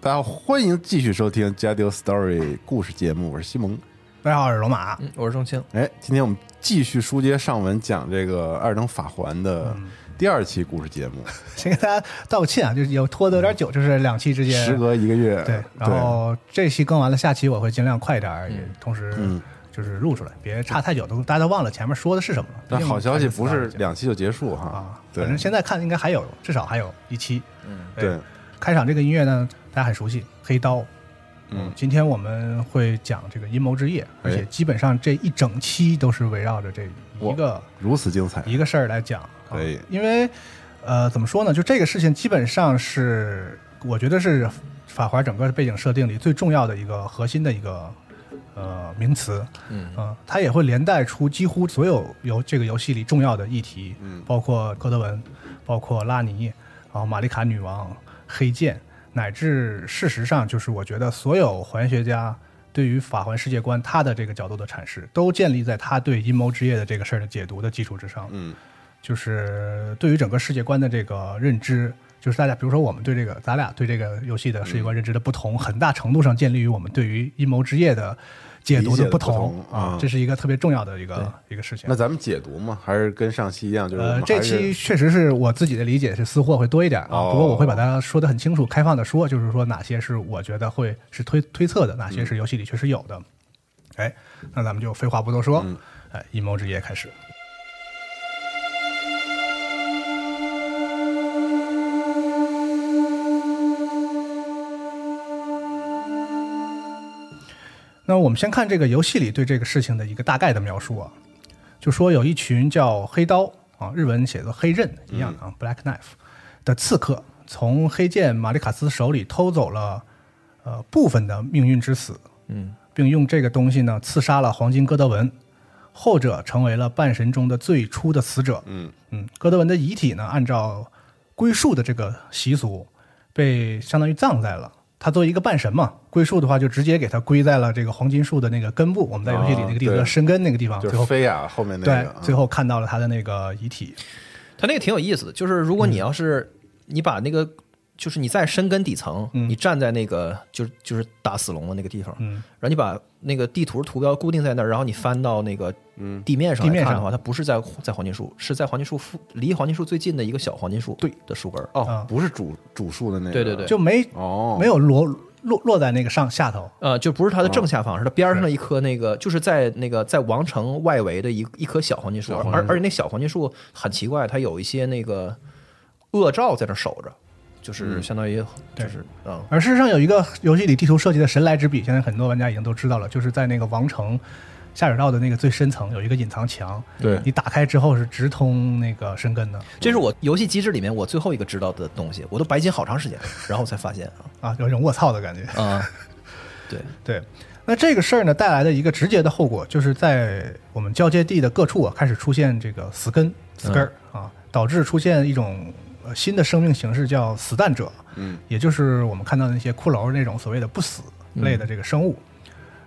大家好，欢迎继续收听《加丢 Story》故事节目，我是西蒙。大家好，我是龙马。我是钟青，哎，今天我们继续书接上文，讲这个《二等法环》的第二期故事节目，先跟大家道个歉啊，就是有拖得有点久，就是两期之间时隔一个月，对。然后这期更完了，下期我会尽量快一点嗯儿，也同时就是录出来，别差太久，都大家都忘了前面说的是什么了。但好消息不是毕竟两期就结束哈啊，，对反正现在看应该还有，至少还有一期。对，开场这个音乐呢，大家很熟悉，《黑刀》。嗯，哎今天我们会讲这个阴谋之夜，而且基本上这一整期都是围绕着这一个如此精彩，一个事儿来讲。可以啊因为呃，怎么说呢？就这个事情基本上是，我觉得是法华整个背景设定里最重要的一个核心的一个呃名词。嗯、它也会连带出几乎所有游这个游戏里重要的议题，嗯，包括科德文，包括拉尼，然后玛丽卡女王、黑剑，乃至事实上就是我觉得所有环学家。对于法环世界观，他的这个角度的阐释，都建立在他对阴谋之夜的这个事儿的解读的基础之上。嗯，就是对于整个世界观的这个认知，就是大家比如说我们对这个，咱俩对这个游戏的世界观认知的不同，很大程度上建立于我们对于阴谋之夜的解读理解的不不同啊这是一个特别重要的一个一个事情那。咱们解读嘛，还是跟上期一样，就是我呃们，这还是期确实是我自己的理解是私货会多一点啊，哦不过我会把它说的很清楚，开放的说，就是说哪些是我觉得会是推推测的，哪些嗯是游戏里确实有的。哎，那咱们就废话不多说，嗯哎，阴谋之夜开始。那我们先看这个游戏里对这个事情的一个大概的描述啊，就说有一群叫黑刀啊，日文写作黑刃一样的啊、嗯 b l a c k Knife 的刺客，从黑剑马里卡斯手里偷走了呃部分的命运之死，嗯，并用这个东西呢刺杀了黄金哥德文，后者成为了半神中的最初的死者，嗯嗯，哥德文的遗体呢，按照归属的这个习俗。被相当于葬在了。他作为一个半神嘛，归宿的话就直接给他归在了这个黄金树的那个根部，我们在游戏里那个地哦方对叫深根那个地方，就最是后菲亚后面那对个，，啊嗯最后看到了他的那个遗体。它那个挺有意思的，就是如果嗯你要是你把那个，就是你在深根底层，嗯你站在那个就是就是打死龙的那个地方，嗯，然后你把那个地图图标固定在那儿，然后你翻到那个地面上地来面看的上话，它不是在在黄金树，是在黄金树附离黄金树最近的一个小黄金树对的树根儿。哦啊，不是主主树的那个，对对对就没哦，没有落落落在那个上下头。呃，就不是它的正下方，是它边儿上的一棵那个，就是在那个在王城外围的一一棵小黄金树，而而且那小黄金树很奇怪，它有一些那个恶兆在那守着，就是相当于就是嗯而事实上，有一个游戏里地图设计的神来之笔，现在很多玩家已经都知道了，就是在那个王城下水道的那个最深层有一个隐藏墙，对你打开之后是直通那个深根的这是我游戏机制里面我最后一个知道的东西，我都白金好长时间了，然后才发现啊，有一种卧槽的感觉。啊，啊，对，对，那这个事儿呢带来的一个直接的后果，就是在我们交接地的各处啊，开始出现这个死根、死根儿、啊，导致出现一种呃新的生命形式，叫死蛋者，嗯，也就是我们看到的那些骷髅那种所谓的不死类的这个生物。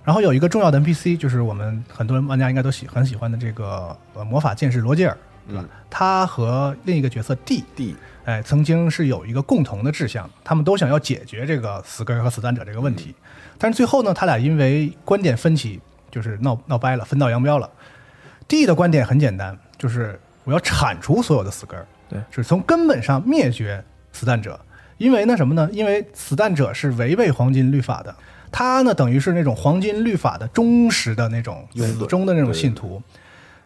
然后有一个重要的 NPC，就是我们很多人玩家应该都喜很喜欢的这个呃魔法剑士罗杰尔，对吧？他和另一个角色 D 地哎，曾经是有一个共同的志向，他们都想要解决这个死根儿和死战者这个问题。但是最后呢，他俩因为观点分歧，就是闹闹掰了，分道扬镳了。D 的观点很简单，就是我要铲除所有的死根儿，对就是从根本上灭绝死战者。因为呢什么呢？因为死战者是违背黄金律法的，他呢等于是那种黄金律法的忠实的那种死忠的那种信徒。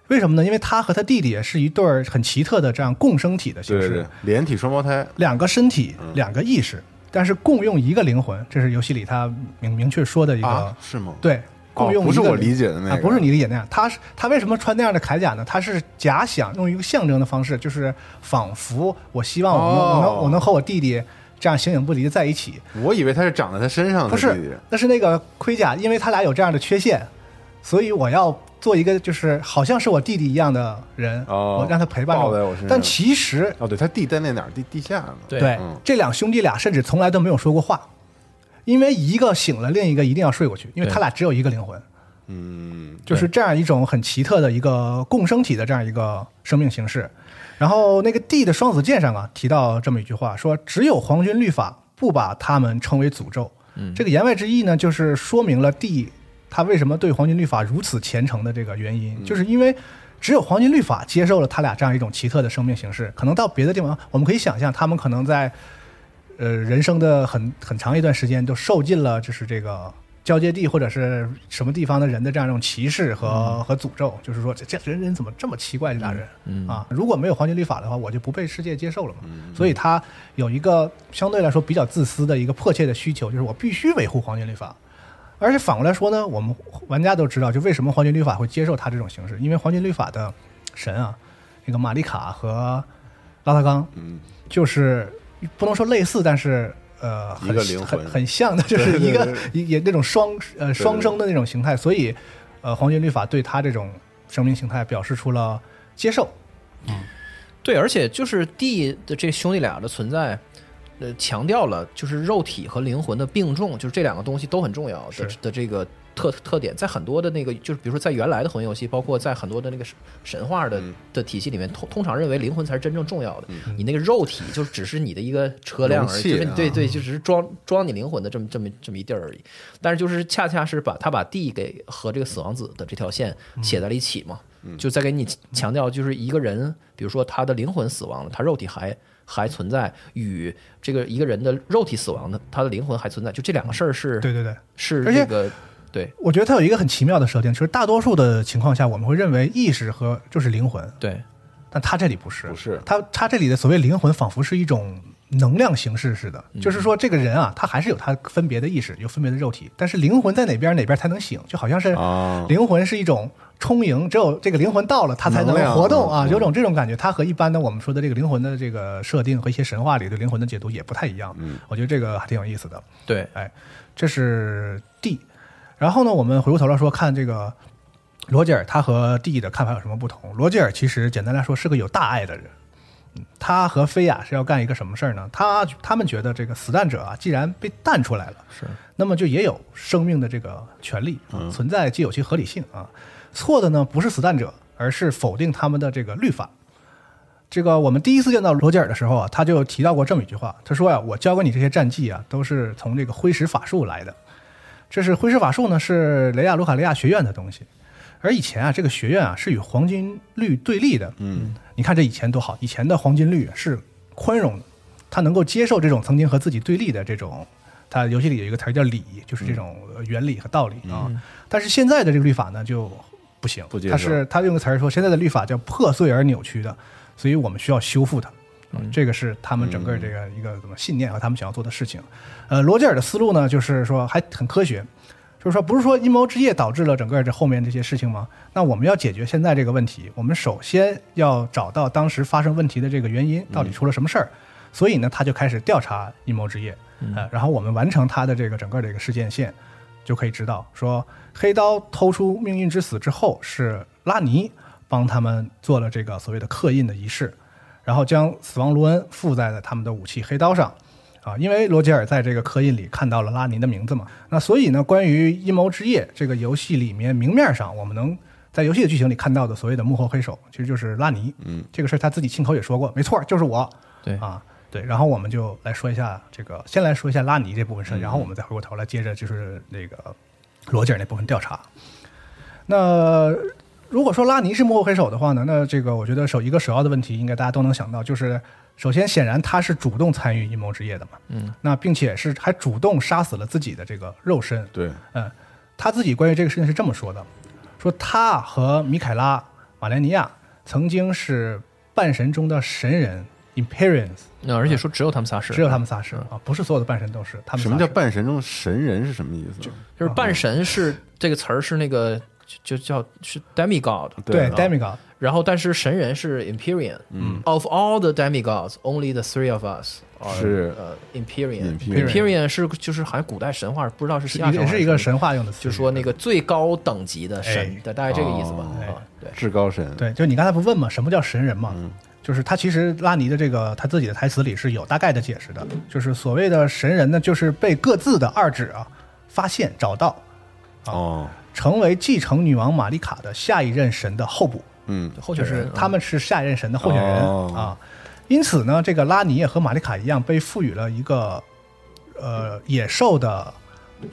为什么呢？因为他和他弟弟也是一对儿很奇特的这样共生体的形对式，对嗯对，连体双胞胎，两个身体，两个意识，但是共用一个灵魂，这是游戏里他明明确说的一个、啊是吗对，共用一哦不个是灵、我理解的那个啊，不是你理解那样。他是他为什么穿那样的铠甲呢？他是假想用一个象征的方式，就是仿佛我希望我能、哦我能我能和我弟弟这样形影不离的在一起，我以为他是长在他身上的，不弟弟是，那是那个盔甲，因为他俩有这样的缺陷，所以我要做一个就是好像是我弟弟一样的人，哦我让他陪伴着抱在我身上但其实哦，对，他地在那哪儿？地地下呢？对对嗯，这两兄弟俩甚至从来都没有说过话，因为一个醒了，另一个一定要睡过去，因为对他俩只有一个灵魂，嗯，就是这样一种很奇特的一个共生体的这样一个生命形式。然后那个 D 的双子剑上啊，提到这么一句话，说只有皇军律法不把他们称为诅咒。这个言外之意呢，就是说明了 D 他为什么对皇军律法如此虔诚的这个原因，就是因为。只有黄金律法接受了他俩这样一种奇特的生命形式，可能到别的地方，我们可以想象，他们可能在呃人生的很很长一段时间都受尽了就是这个交界地或者是什么地方的人的这样一种歧视和、和诅咒，就是说这这人人怎么这么奇怪这俩人、啊？如果没有黄金律法的话，我就不被世界接受了嘛。所以他有一个相对来说比较自私的一个迫切的需求，就是我必须维护黄金律法。而且反过来说呢，我们玩家都知道，就为什么黄金律法会接受它这种形式，因为黄金律法的神啊，那个玛丽卡和拉塔冈，嗯，就是不能说类似，但是呃，一很个灵魂很 很像的，就是对一个对一也那种双呃双对生的那种形态，所以呃，黄金律法对他这种生命形态表示出了接受。对，而且就是 D 的这兄弟俩的存在，呃，强调了就是肉体和灵魂的并重，就是这两个东西都很重要的是的这个特特点，在很多的那个就是比如说在原来的魂游戏，包括在很多的那个神神话的、的体系里面，通通常认为灵魂才是真正重要的，你那个肉体就只是你的一个车辆容而已，器就是你对啊对，就只是装装你灵魂的这么这么这么一地儿而已。但是就是恰恰是把他把地给和这个死亡子的这条线嗯写在了一起嘛，就再给你强调，就是一个人，比如说他的灵魂死亡了，他肉体还还存在，与这个一个人的肉体死亡的他的灵魂还存在，就这两个事儿是，对对对，是而且这个对我觉得它有一个很奇妙的设定，就是大多数的情况下，我们会认为意识和就是灵魂，对但他这里不是，不是他他这里的所谓灵魂，仿佛是一种能量形式似的，嗯就是说这个人啊，他还是有他分别的意识，有分别的肉体，但是灵魂在哪边哪边才能醒，就好像是哦灵魂是一种充盈，只有这个灵魂到了，他才能能量活动啊，嗯有种这种感觉。它和一般的我们说的这个灵魂的这个设定和一些神话里对灵魂的解读也不太一样，嗯我觉得这个还挺有意思的。对，哎，这是 D。然后呢，我们回过头来说，看这个罗杰尔他和 D 的看法有什么不同？罗杰尔其实简单来说是个有大爱的人，嗯，他和菲亚是要干一个什么事儿呢？他他们觉得这个死难者啊，既然被弹出来了，是，那么就也有生命的这个权利啊，存在既有其合理性啊。错的呢不是死难者，而是否定他们的这个律法。这个我们第一次见到罗杰尔的时候啊，他就提到过这么一句话，他说呀、我教给你这些战绩啊，都是从这个灰石法术来的。这是灰石法术呢，是雷亚卢卡利亚学院的东西。而以前啊，这个学院啊是与黄金律对立的。嗯，你看这以前多好，以前的黄金律是宽容的，他能够接受这种曾经和自己对立的这种。它游戏里有一个词儿叫理，就是这种嗯呃原理和道理啊。但是现在的这个律法呢就不行不接，受它是他用个词儿说现在的律法叫破碎而扭曲的，所以我们需要修复它。啊嗯这个是他们整个这个一个怎么信念和他们想要做的事情。呃，罗杰尔的思路呢，就是说还很科学，就是说不是说阴谋之夜导致了整个这后面这些事情吗？那我们要解决现在这个问题，我们首先要找到当时发生问题的这个原因，到底出了什么事儿。所以呢，他就开始调查阴谋之夜，呃，然后我们完成他的这个整个这个事件线，就可以知道说，黑刀偷出命运之死之后，是拉尼帮他们做了这个所谓的刻印的仪式，然后将死亡卢恩附在了他们的武器黑刀上。啊，因为罗杰尔在这个刻印里看到了拉尼的名字嘛，那所以呢，关于《阴谋之夜》这个游戏里面明面上我们能在游戏的剧情里看到的所谓的幕后黑手，其实就是拉尼。嗯，这个事儿他自己亲口也说过，没错，就是我。对啊，对。然后我们就来说一下这个，先来说一下拉尼这部分事儿，然后我们再回过头来接着就是那个罗杰尔那部分调查。那如果说拉尼是幕后黑手的话呢，那这个我觉得首一个首要的问题，应该大家都能想到，就是首先显然他是主动参与阴谋之夜的嘛，嗯，那并且是还主动杀死了自己的这个肉身，对，嗯，他自己关于这个事情是这么说的：说他和米凯拉·马连尼亚曾经是半神中的神人 Imperians，那而且说只有他们仨是，嗯只有他们仨是啊，不是所有的半神都是。他们什仨么叫是半神中神人是什么意思？就是半嗯神是这个词儿是那个就就叫是 demigod，对啊 Demigod？然后但是神人是 Empyrean。嗯，Of all the demigods, only the three of us are 是呃 Empyrean。 Empyrean Empyrean 是就是好像古代神话，不知道是是希腊一神个话也还是一个神话用的词语，就说那个最高等级的神哎，大概这个意思吧。哦啊，对，至高神，对，就你刚才不问嘛，什么叫神人嘛？就是他其实拉尼的这个他自己的台词里是有大概的解释的，就是所谓的神人呢，就是被各自的二指啊发现找到，哦，成为继承女王玛丽卡的下一任神的候补，嗯，候就选是人他们是下一任神的候选人、哦啊。因此呢，这个拉尼也和玛丽卡一样，被赋予了一个呃野兽的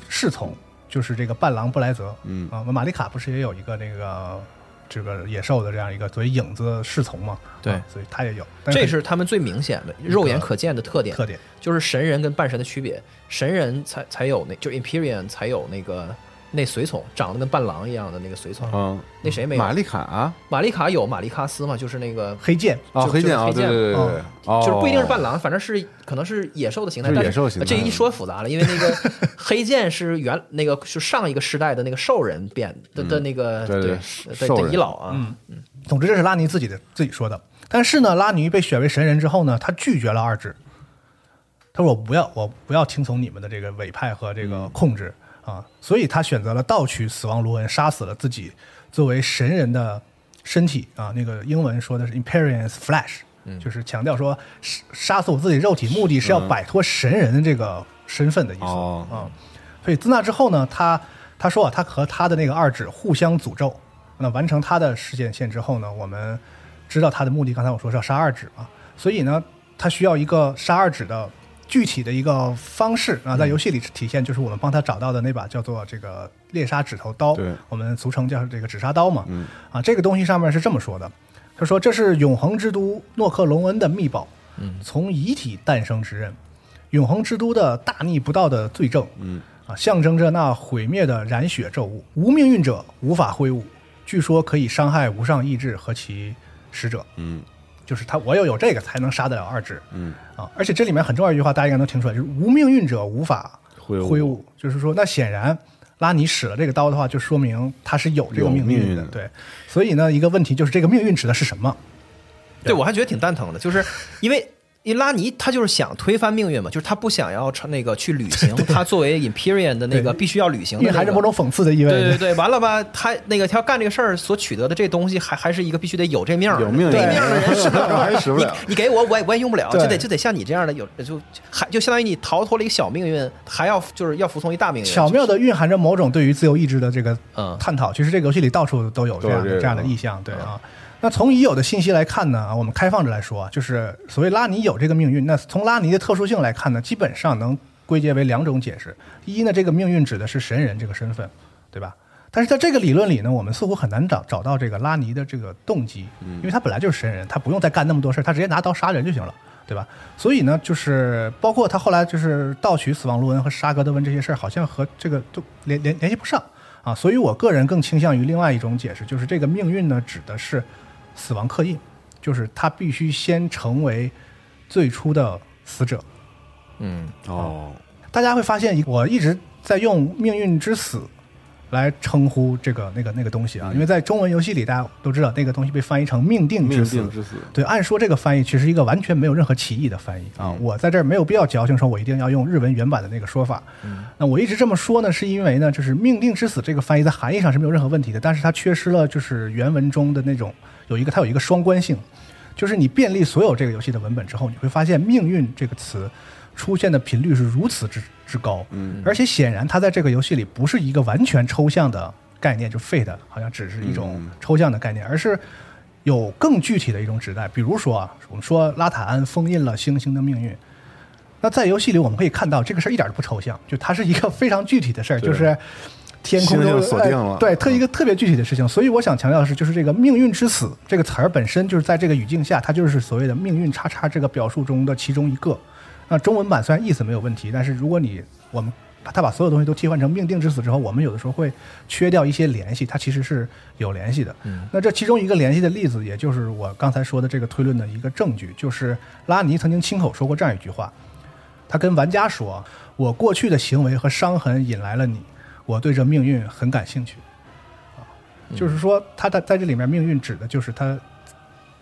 侍从，就是这个伴郎布莱泽。嗯啊，玛丽卡不是也有一个那个这个野兽的这样一个作为影子侍从嘛？对啊所以他也有，但这很是他们最明显的、肉眼可见的特点。特点。就是神人跟半神的区别，神人才才有那，就是 Empyrean 才有那个那随从，长得跟伴郎一样的那个随从。哦嗯，那谁没有？玛丽卡啊，玛丽卡有玛丽卡斯嘛，就是那个，黑剑哦，就黑剑就是啊，黑对剑对对对，对哦，就是不一定是伴郎，反正是可能是野兽的形态。就是但呃野兽形态这一说复杂了，因为 那个黑剑是原那个是上一个时代的那个兽人变的的那个嗯对对对兽的兽的人遗老啊，总之，这是拉尼自己的自己说的。但是呢，拉尼被选为神人之后呢，他拒绝了二指，他说我不要，我不要听从你们的这个委派和这个控制、啊，所以他选择了盗取死亡卢恩，杀死了自己作为神人的身体啊。那个英文说的是 Imperius Flash，、就是强调说杀杀死我自己肉体，目的是要摆脱神人的这个身份的意思、哦啊。所以自那之后呢，他他说啊，他和他的那个二指互相诅咒。那完成他的事件线之后呢，我们知道他的目的，刚才我说是要杀二指嘛，所以呢，他需要一个杀二指的具体的一个方式啊，在游戏里体现就是我们帮他找到的那把叫做这个猎杀指头刀，对我们俗称叫这个指杀刀嘛，啊，这个东西上面是这么说的，他说这是永恒之都诺克隆恩的秘宝，从遗体诞生之刃，永恒之都的大逆不道的罪证，嗯啊，象征着那毁灭的染血咒物，无命运者无法挥舞，据说可以伤害无上意志和其使者，嗯，就是他我要有这个才能杀得了二指，嗯啊，而且这里面很重要一句话，大家应该能听出来，就是无命运者无法挥舞挥舞，就是说那显然。拉尼使了这个刀的话，就说明他是有这个命有命运运的的，对。所以呢，一个问题就是这个命运指的是什么？对我还觉得挺蛋疼的，就是因为因为拉尼他就是想推翻命运嘛，就是他不想要成那个去旅行，他作为 Imperian 的那个必须要旅行的、那蕴个，含着某种讽刺的意味。对对对，完了吧，他那个他要干这个事儿所取得的这东西还，还是一个必须得有这命儿的有命没也命儿的 人没使不了，还使不了你你给我，我也我也用不了，就对得就得像你这样的有，就还就相当于你逃脱了一个小命运，还要就是要服从一大命运。巧妙的蕴含着某种对于自由意志的这个嗯探讨。其实这个游戏里到处都有这样都有的这个这样的意向，对啊。那从已有的信息来看呢，啊我们开放着来说，就是所谓拉尼有这个命运，那从拉尼的特殊性来看呢，基本上能归结为两种解释。第一呢，这个命运指的是神人这个身份，对吧？但是在这个理论里呢，我们似乎很难找找到这个拉尼的这个动机，嗯因为他本来就是神人，他不用再干那么多事儿，他直接拿刀杀人就行了，对吧？所以呢，就是包括他后来就是盗取死亡卢恩和杀格德温这些事儿，好像和这个都联联联系不上啊。所以我个人更倾向于另外一种解释，就是这个命运呢指的是死亡刻印，就是他必须先成为最初的死者，嗯，哦，大家会发现，我一直在用“命运之死”来称呼这个那个那个东西啊，因为在中文游戏里，大家都知道那个东西被翻译成“命定命之死”定之死，对，按说这个翻译其实一个完全没有任何歧义的翻译啊，我在这儿没有必要矫情说我一定要用日文原版的那个说法。那我一直这么说呢，是因为呢，就是“命定之死”这个翻译在含义上是没有任何问题的，但是它缺失了就是原文中的那种有一个它有一个双关性，就是你遍历所有这个游戏的文本之后，你会发现“命运”这个词出现的频率是如此之之高，嗯，而且显然它在这个游戏里不是一个完全抽象的概念，就 fate 好像只是一种抽象的概念，而是有更具体的一种指代。比如说啊，我们说拉塔安封印了星星的命运，那在游戏里我们可以看到这个事儿一点都不抽象，就它是一个非常具体的事儿，就是天空星中星锁定了嗯哎对，特一个特别具体的事情。所以我想强调的是，就是这个“命运之死”这个词儿本身就是在这个语境下，它就是所谓的“命运叉叉”这个表述中的其中一个。那中文版虽然意思没有问题，但是如果你我们把它把所有东西都替换成“命定之死”之后，我们有的时候会缺掉一些联系，它其实是有联系的。嗯那这其中一个联系的例子，也就是我刚才说的这个推论的一个证据，就是拉尼曾经亲口说过这样一句话，他跟玩家说：“我过去的行为和伤痕引来了你，我对这命运很感兴趣。”啊，就是说，他在在这里面，命运指的就是他，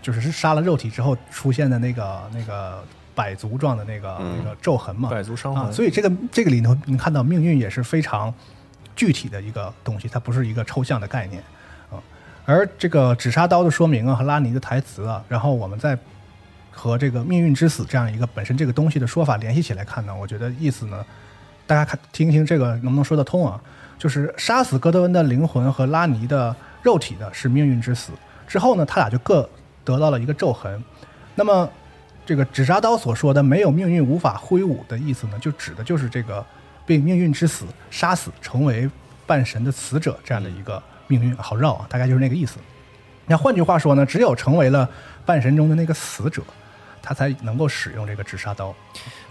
就是是杀了肉体之后出现的那个那个百足状的那个、那个皱痕嘛，百足伤痕啊。所以这个这个里头，你看到命运也是非常具体的一个东西，它不是一个抽象的概念。啊。而这个纸杀刀的说明啊和拉尼的台词啊，然后我们再和这个命运之死这样一个本身这个东西的说法联系起来看呢，我觉得意思呢，大家看听一听这个能不能说得通啊？就是杀死戈德温的灵魂和拉尼的肉体的是命运之死，之后呢，他俩就各得到了一个咒痕。那么这个纸扎刀所说的“没有命运无法挥舞”的意思呢，就指的就是这个被命运之死杀死，成为半神的死者这样的一个命运。好绕啊，大概就是那个意思。那换句话说呢，只有成为了半神中的那个死者，他才能够使用这个纸杀刀。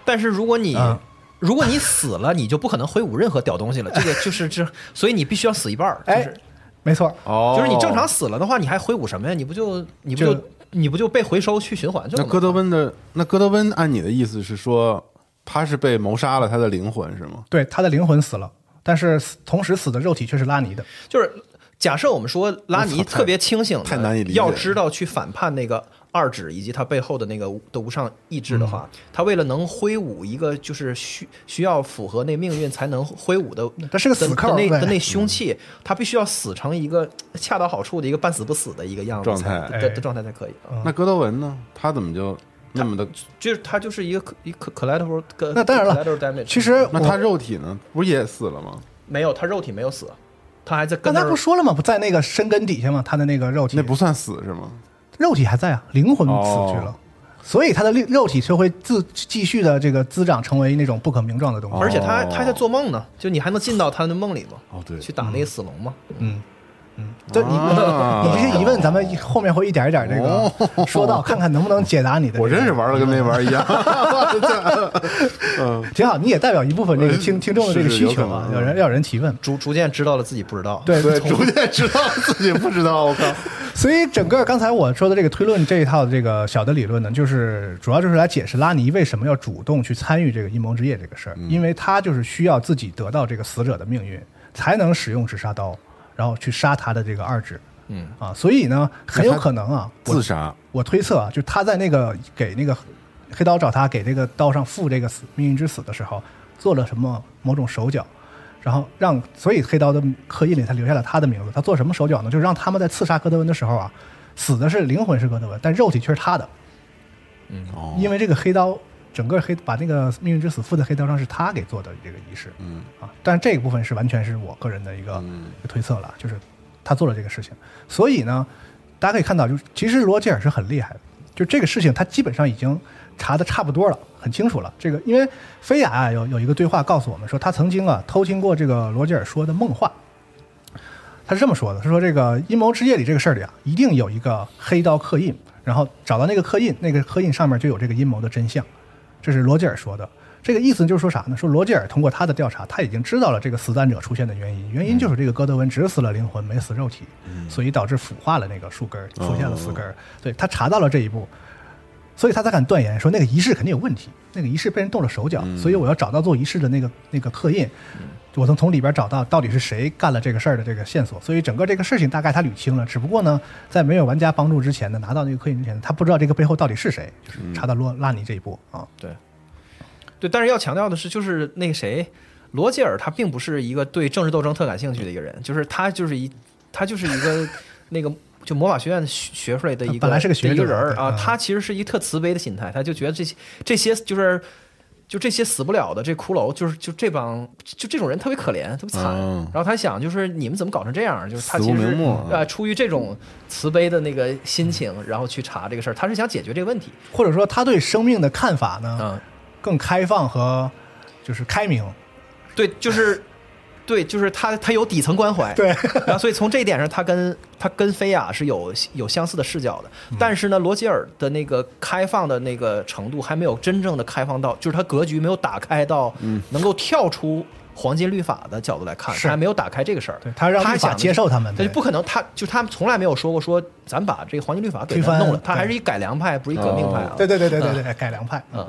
但是如果你、嗯 如果你死了，你就不可能挥舞任何屌东西了，这个就是这，所以你必须要死一半儿，就哎是。没错，哦，就是你正常死了的话，你还挥舞什么呀？你不就你不就就你不就被回收去循环就那了吗？戈德温的那戈德温，按你的意思是说，他是被谋杀了他的灵魂是吗？对，他的灵魂死了，但是死同时死的肉体却是拉尼的。就是假设我们说拉我尼操太特别清醒的，太难以理解要知道去反叛那个二指以及他背后的那个无的无上意志的话，他为了能挥舞一个就是需需要符合那命运才能挥舞的，它是个死扣的那对的那凶器，他必须要死成一个恰到好处的一个半死不死的一个样子状才态的的的状态才可以。啊。那戈德温呢？他怎么就那么的？就是他就是一个可一个 collateral 那当然 collateral damage 了，其实那他我肉体呢？不是也死了吗？没有他肉体没有死，他还在刚跟那才儿不说了吗？不在那个深根底下吗？他的那个肉体，那不算死是吗？肉体还在啊，灵魂死去了，哦所以他的肉肉体就会自继续的这个滋长，成为那种不可名状的东西。而且他哦他还在做梦呢，就你还能进到他的梦里吗？哦对去打那个死龙吗？嗯嗯，对你、啊哦你这些疑问，咱们后面会一点一点这个说到，看看能不能解答你的这个。我真是玩了跟没玩 一样。挺好，你也代表一部分这个听听众的这个是是需有求可啊，能有人要有人提问，逐逐渐知道了自己不知道。，对对，从逐渐知道自己不知道，我靠！所以整个刚才我说的这个推论这一套这个小的理论呢，就是主要就是来解释拉尼为什么要主动去参与这个阴谋之夜这个事儿，因为他就是需要自己得到这个死者的命运，才能使用纸杀刀，然后去杀他的这个二指。嗯啊，所以呢，很有可能啊，我 自杀我推测啊，就他在那个给那个黑刀找他给这个刀上附这个死命运之死的时候，做了什么某种手脚，然后让所以黑刀的刻印里他留下了他的名字。他做什么手脚呢？就是让他们在刺杀哥德文的时候啊，死的是灵魂是哥德文，但肉体却是他的。哦，因为这个黑刀，整个黑把那个命运之死附在黑刀上是他给做的这个仪式，嗯啊，但是这个部分是完全是我个人的一个推测了，就是他做了这个事情，所以呢，大家可以看到，就是其实罗杰尔是很厉害的，就这个事情他基本上已经查的差不多了，很清楚了。这个因为菲亚啊有有一个对话告诉我们说，他曾经啊偷听过这个罗杰尔说的梦话，他是这么说的：“他说这个阴谋之夜里这个事儿里啊，一定有一个黑刀刻印，然后找到那个刻印，那个刻印上面就有这个阴谋的真相。”这是罗杰尔说的。这个意思就是说啥呢？说罗杰尔通过他的调查，他已经知道了这个死难者出现的原因，原因就是这个哥德文只死了灵魂，没死肉体，所以导致腐化了那个树根儿，出现了死根儿。对他查到了这一步，所以他才敢断言说那个仪式肯定有问题，那个仪式被人动了手脚，所以我要找到做仪式的那个那个刻印，我能从里边找到到底是谁干了这个事儿的这个线索。所以整个这个事情大概他捋清了，只不过呢，在没有玩家帮助之前呢，拿到那个刻印之前，他不知道这个背后到底是谁，就是查到罗拉尼这一步啊。对，对，但是要强调的是，就是那个谁，罗杰尔他并不是一个对政治斗争特感兴趣的一个人，就是他就是一他就是一个 那个就魔法学院学学出来的一个本来是个学者的一个人儿对啊嗯，他其实是一特慈悲的心态，他就觉得这些这些就是。就这些死不了的这骷髅，就是就这帮就这种人特别可怜，特别惨。啊嗯然后他想，就是你们怎么搞成这样？就是他死其无实瞑目呃，出于这种慈悲的那个心情，然后去查这个事儿，他是想解决这个问题。或者说他对生命的看法呢嗯，更开放和就是开明。对， 就是，对，就是他他有底层关怀，对，然后所以从这一点上，他跟他跟菲亚是有有相似的视角的，嗯但是呢，罗杰尔的那个开放的那个程度还没有真正的开放到，就是他格局没有打开到能够跳出黄金律法的角度来看，嗯是他还没有打开这个事儿，对他让律法想的是接受他们他对就不可能，他就他们从来没有说过说咱把这个黄金律法给推他翻弄了，他还对是一改良派，不是一革命派啊，对对对对对对，改良派。嗯，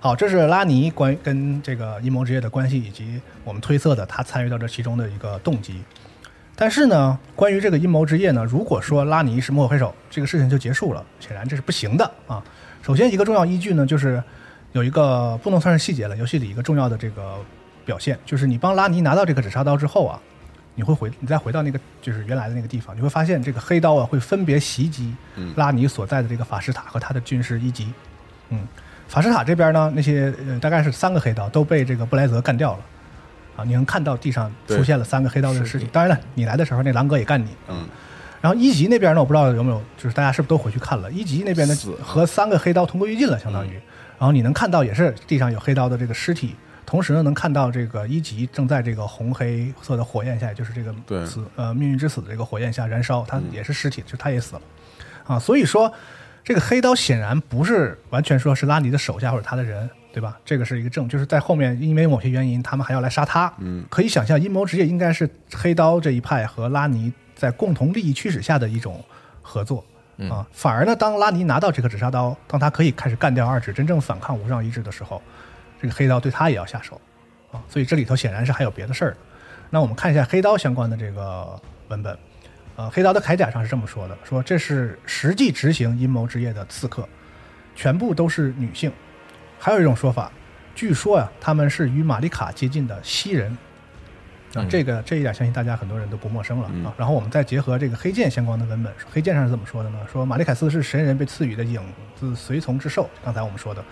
好，这是拉尼关于跟这个阴谋之夜的关系，以及我们推测的他参与到这其中的一个动机。但是呢，关于这个阴谋之夜呢，如果说拉尼是幕后黑手，这个事情就结束了，显然这是不行的啊。首先，一个重要依据呢，就是有一个不能算是细节了，游戏里一个重要的这个表现，就是你帮拉尼拿到这个纸插刀之后啊，你会回，你再回到那个就是原来的那个地方，你会发现这个黑刀啊会分别袭击拉尼所在的这个法师塔和他的军师一级。嗯，法师塔这边呢，那些呃大概是三个黑刀都被这个布莱泽干掉了。啊，你能看到地上出现了三个黑刀的尸体。当然了，你来的时候那狼哥也干你。嗯。然后一级那边呢，我不知道有没有，就是大家是不是都回去看了？一级那边呢死了，嗯和三个黑刀同归于尽了，相当于。然后你能看到也是地上有黑刀的这个尸体，同时呢能看到这个一级正在这个红黑色的火焰下，也就是这个对嗯死呃命运之死的这个火焰下燃烧，它也是尸体，就它也死了。啊，所以说这个黑刀显然不是完全说是拉尼的手下或者他的人，对吧？这个是一个证，就是在后面因为某些原因，他们还要来杀他。嗯，可以想象，阴谋职业应该是黑刀这一派和拉尼在共同利益驱使下的一种合作。啊，反而呢，当拉尼拿到这个纸扎刀，当他可以开始干掉二指，真正反抗无上意志的时候，这个黑刀对他也要下手啊，所以这里头显然是还有别的事儿的。那我们看一下黑刀相关的这个文本，呃，黑刀的铠甲上是这么说的：说这是实际执行阴谋之夜的刺客，全部都是女性。还有一种说法，据说呀、他们是与玛丽卡接近的西人。啊，这个这一点相信大家很多人都不陌生了啊。然后我们再结合这个黑剑相关的文本，黑剑上是怎么说的呢？说马里凯斯是神人被赐予的影子随从之兽，刚才我们说的，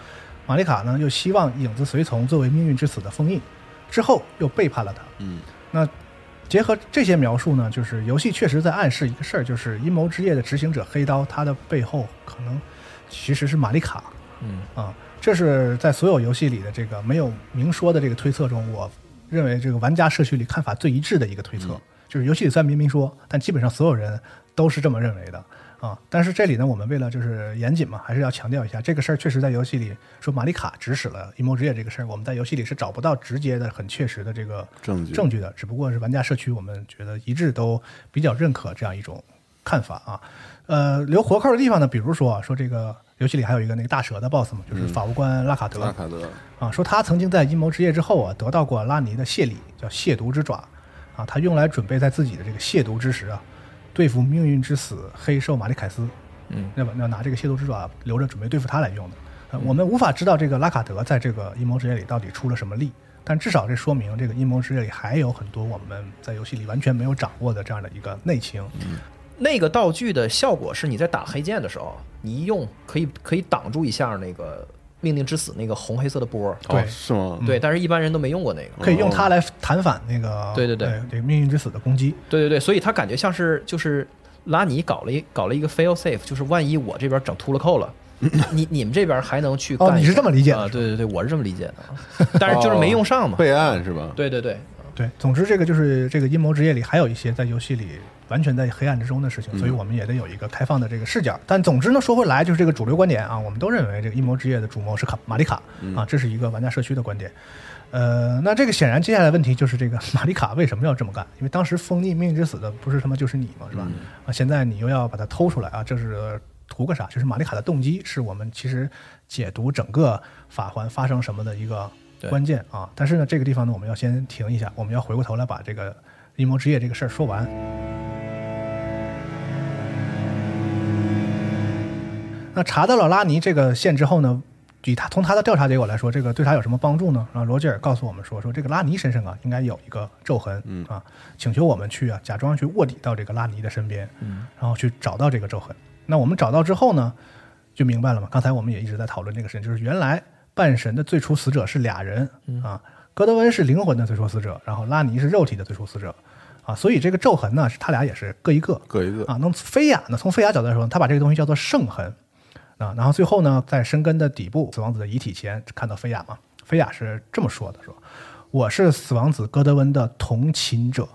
玛丽卡呢又希望影子随从作为命运之子的封印，之后又背叛了他。嗯，那结合这些描述呢，就是游戏确实在暗示一个事儿，就是阴谋之夜的执行者黑刀，他的背后可能其实是玛丽卡。嗯啊，这是在所有游戏里的这个没有明说的这个推测中，我认为这个玩家社区里看法最一致的一个推测，嗯就是游戏里虽然明明说，但基本上所有人都是这么认为的。啊，但是这里呢，我们为了就是严谨嘛，还是要强调一下，这个事儿确实在游戏里说玛丽卡指使了阴谋之夜这个事儿，我们在游戏里是找不到直接的、很确实的这个证据证据的，只不过是玩家社区我们觉得一致都比较认可这样一种看法啊。呃，留活口的地方呢，比如说啊说这个游戏里还有一个那个大蛇的 BOSS 嘛，就是法务官拉卡德，拉卡德，啊，说他曾经在阴谋之夜之后啊，得到过拉尼的谢礼，叫亵渎之爪，啊，他用来准备在自己的这个亵渎之时啊，对付命运之死黑兽马里凯斯，嗯，那么要拿这个亵渎之爪留着准备对付他来用的。呃我们无法知道这个拉卡德在这个阴谋之夜里到底出了什么力，但至少这说明这个阴谋之夜里还有很多我们在游戏里完全没有掌握的这样的一个内情。嗯那个道具的效果是你在打黑剑的时候，你一用可以可以挡住一下那个命令之死那个红黑色的波儿。对哦是吗？嗯对，但是一般人都没用过那个。可以用它来弹反那个哦呃对对对这个命运之死的攻击。对对对，所以他感觉像是就是拉尼搞了一搞了一个 fail safe，就是万一我这边整秃了扣 了。你你们这边还能去哦干一下？你是这么理解的哦啊？对对对，我是这么理解的啊，但是就是没用上嘛。哦备案是吧？对对对，对，总之这个就是这个阴谋之夜里还有一些在游戏里完全在黑暗之中的事情，所以我们也得有一个开放的这个视角。但总之呢，说回来就是这个主流观点啊，我们都认为这个阴谋之夜的主谋是卡玛丽卡啊，这是一个玩家社区的观点。呃，那这个显然接下来问题就是这个玛丽卡为什么要这么干？因为当时封印命运之死的不是他妈就是你嘛，是吧？啊，现在你又要把它偷出来啊，这是图个啥？就是玛丽卡的动机是我们其实解读整个法环发生什么的一个对关键啊。但是呢，这个地方呢，我们要先停一下，我们要回过头来把这个阴谋之夜这个事儿说完。那查到了拉尼这个线之后呢，以他从他的调查结果来说，这个对他有什么帮助呢？啊然后罗吉尔告诉我们说，说这个拉尼身上啊应该有一个咒痕，嗯啊，请求我们去啊假装去卧底到这个拉尼的身边，嗯，然后去找到这个咒痕。那我们找到之后呢，就明白了嘛。刚才我们也一直在讨论这个事情，就是原来半神的最初死者是俩人嗯啊，戈德温是灵魂的最初死者，然后拉尼是肉体的最初死者啊，所以这个咒痕呢，是他俩也是各一个，各一个啊。那从菲亚呢，从菲亚角度来说，他把这个东西叫做圣痕啊。然后最后呢，在深根的底部，死亡子的遗体前看到菲亚嘛，菲亚是这么说的：说我是死亡子戈德温的同寝者。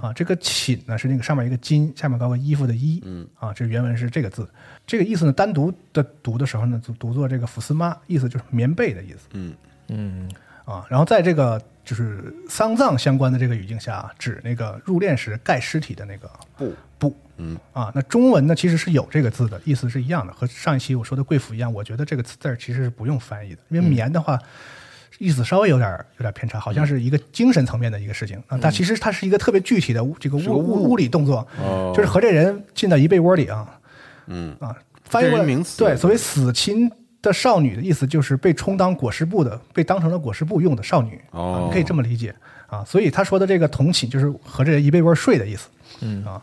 啊，这个寝呢是那个上面一个金，下面高个衣服的衣，嗯，啊，这原文是这个字，这个意思呢，单独的读的时候呢，读读作这个“福斯妈”，意思就是棉被的意思，啊，然后在这个就是丧葬相关的这个语境下，啊指那个入殓时盖尸体的那个布布，嗯啊，那中文呢其实是有这个字的，意思是一样的，和上一期我说的贵妇一样，我觉得这个字儿其实是不用翻译的，因为棉的话。意思稍微有点儿有点儿偏差，好像是一个精神层面的一个事情啊，但其实它是一个特别具体的物这个物物物理动作，就是和这人进到一被窝里啊，嗯啊，翻译这过来是名词对，所谓死亲的少女的意思就是被充当裹尸布的，被当成了裹尸布用的少女，哦啊你可以这么理解啊。所以他说的这个同寝就是和这人一被窝睡的意思，嗯啊。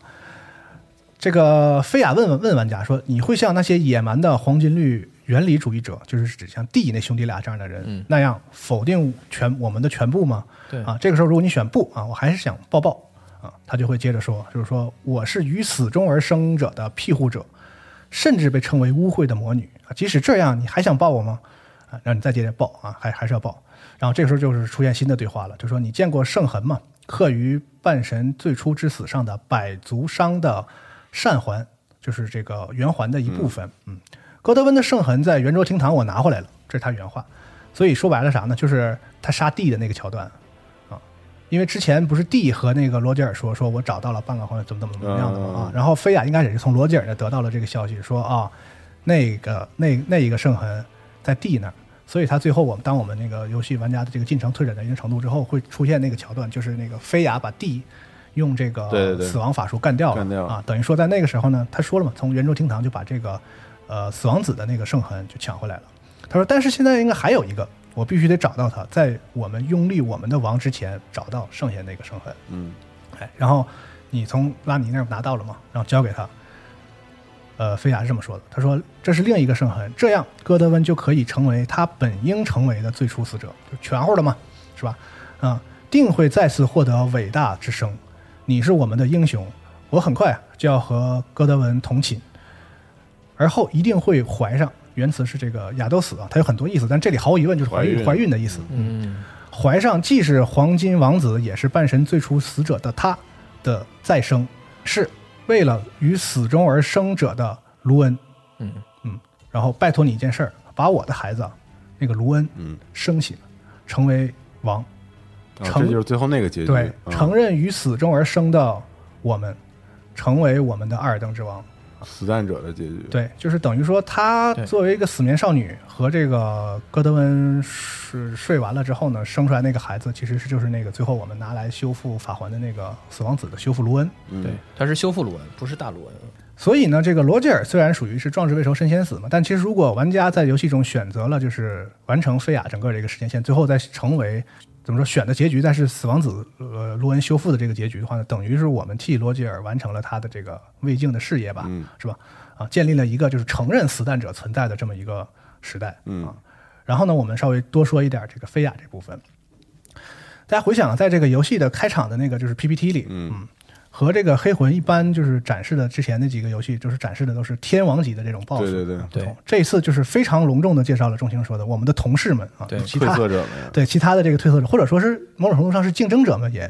这个菲亚问问玩家说：“你会像那些野蛮的黄金律原理主义者，就是指像 D 那兄弟俩这样的人、那样否定全我们的全部吗？”对啊，这个时候如果你选不啊，我还是想抱抱啊，他就会接着说，就是说我是于死中而生者的庇护者，甚至被称为污秽的魔女啊。即使这样，你还想抱我吗？啊，让你再接着抱啊，还还是要抱。然后这个时候就是出现新的对话了，就说你见过圣痕吗？刻于半神最初之死上的百足伤的善环，就是这个圆环的一部分。嗯，戈德温的圣痕在圆桌厅堂我拿回来了，这是他原话。所以说白了啥呢？就是他杀地的那个桥段，啊因为之前不是 D 和那个罗吉尔说，说我找到了半个黄金，怎么怎么怎么样的嘛啊。然后菲亚应该也是从罗吉尔那得到了这个消息，说啊，那个那那一个圣痕在 D 那儿，所以他最后我们当我们那个游戏玩家的这个进程推展到一定程度之后，会出现那个桥段，就是那个菲亚把 D 用这个对对对死亡法术干掉了干掉啊，等于说在那个时候呢，他说了嘛，从圆桌厅堂就把这个呃死亡子的那个圣痕就抢回来了。他说：“但是现在应该还有一个，我必须得找到他，在我们拥立我们的王之前找到剩下那个圣痕。”嗯，哎，然后你从拉尼那儿拿到了嘛，然后交给他。呃，菲亚是这么说的，他说这是另一个圣痕，这样戈德温就可以成为他本应成为的最初死者，就全乎了嘛，是吧？啊、定会再次获得伟大之声。你是我们的英雄，我很快就要和戈德温同寝，而后一定会怀上。原词是这个亚都死啊，它有很多意思，但这里毫无疑问就是怀孕怀孕怀孕的意思。嗯，怀上既是黄金王子，也是半神最初死者的他的再生，是为了于死中而生者的卢恩。嗯嗯，然后拜托你一件事儿，把我的孩子啊那个卢恩嗯生起来，成为王。啊成这就是最后那个结局。对，嗯啊承认于死中而生的我们，成为我们的阿尔登之王。死战者的结局。对，就是等于说，她对作为一个死眠少女和这个戈德温睡睡完了之后呢，生出来那个孩子其实是就是那个最后我们拿来修复法环的那个死亡子的修复卢恩。对，它是修复卢恩，不是大卢恩。所以呢，这个罗杰尔虽然属于是壮志未酬身先死嘛，但其实如果玩家在游戏中选择了就是完成菲亚整个这个时间线，最后再成为怎么说选的结局，但是死亡子呃卢恩修复的这个结局的话呢，等于是我们替罗杰尔完成了他的这个未竟的事业吧，是吧？啊，建立了一个就是承认死难者存在的这么一个时代，嗯、啊。然后呢，我们稍微多说一点这个菲亚这部分。大家回想，在这个游戏的开场的那个就是 PPT 里，嗯，和这个黑魂一般，就是展示的之前那几个游戏，就是展示的都是天王级的这种 BOSS。对对对对同这一次就是非常隆重的介绍了钟情说的我们的同事们啊，对其他褪色者们对其他的这个褪色者，或者说是某种程度上是竞争者们也。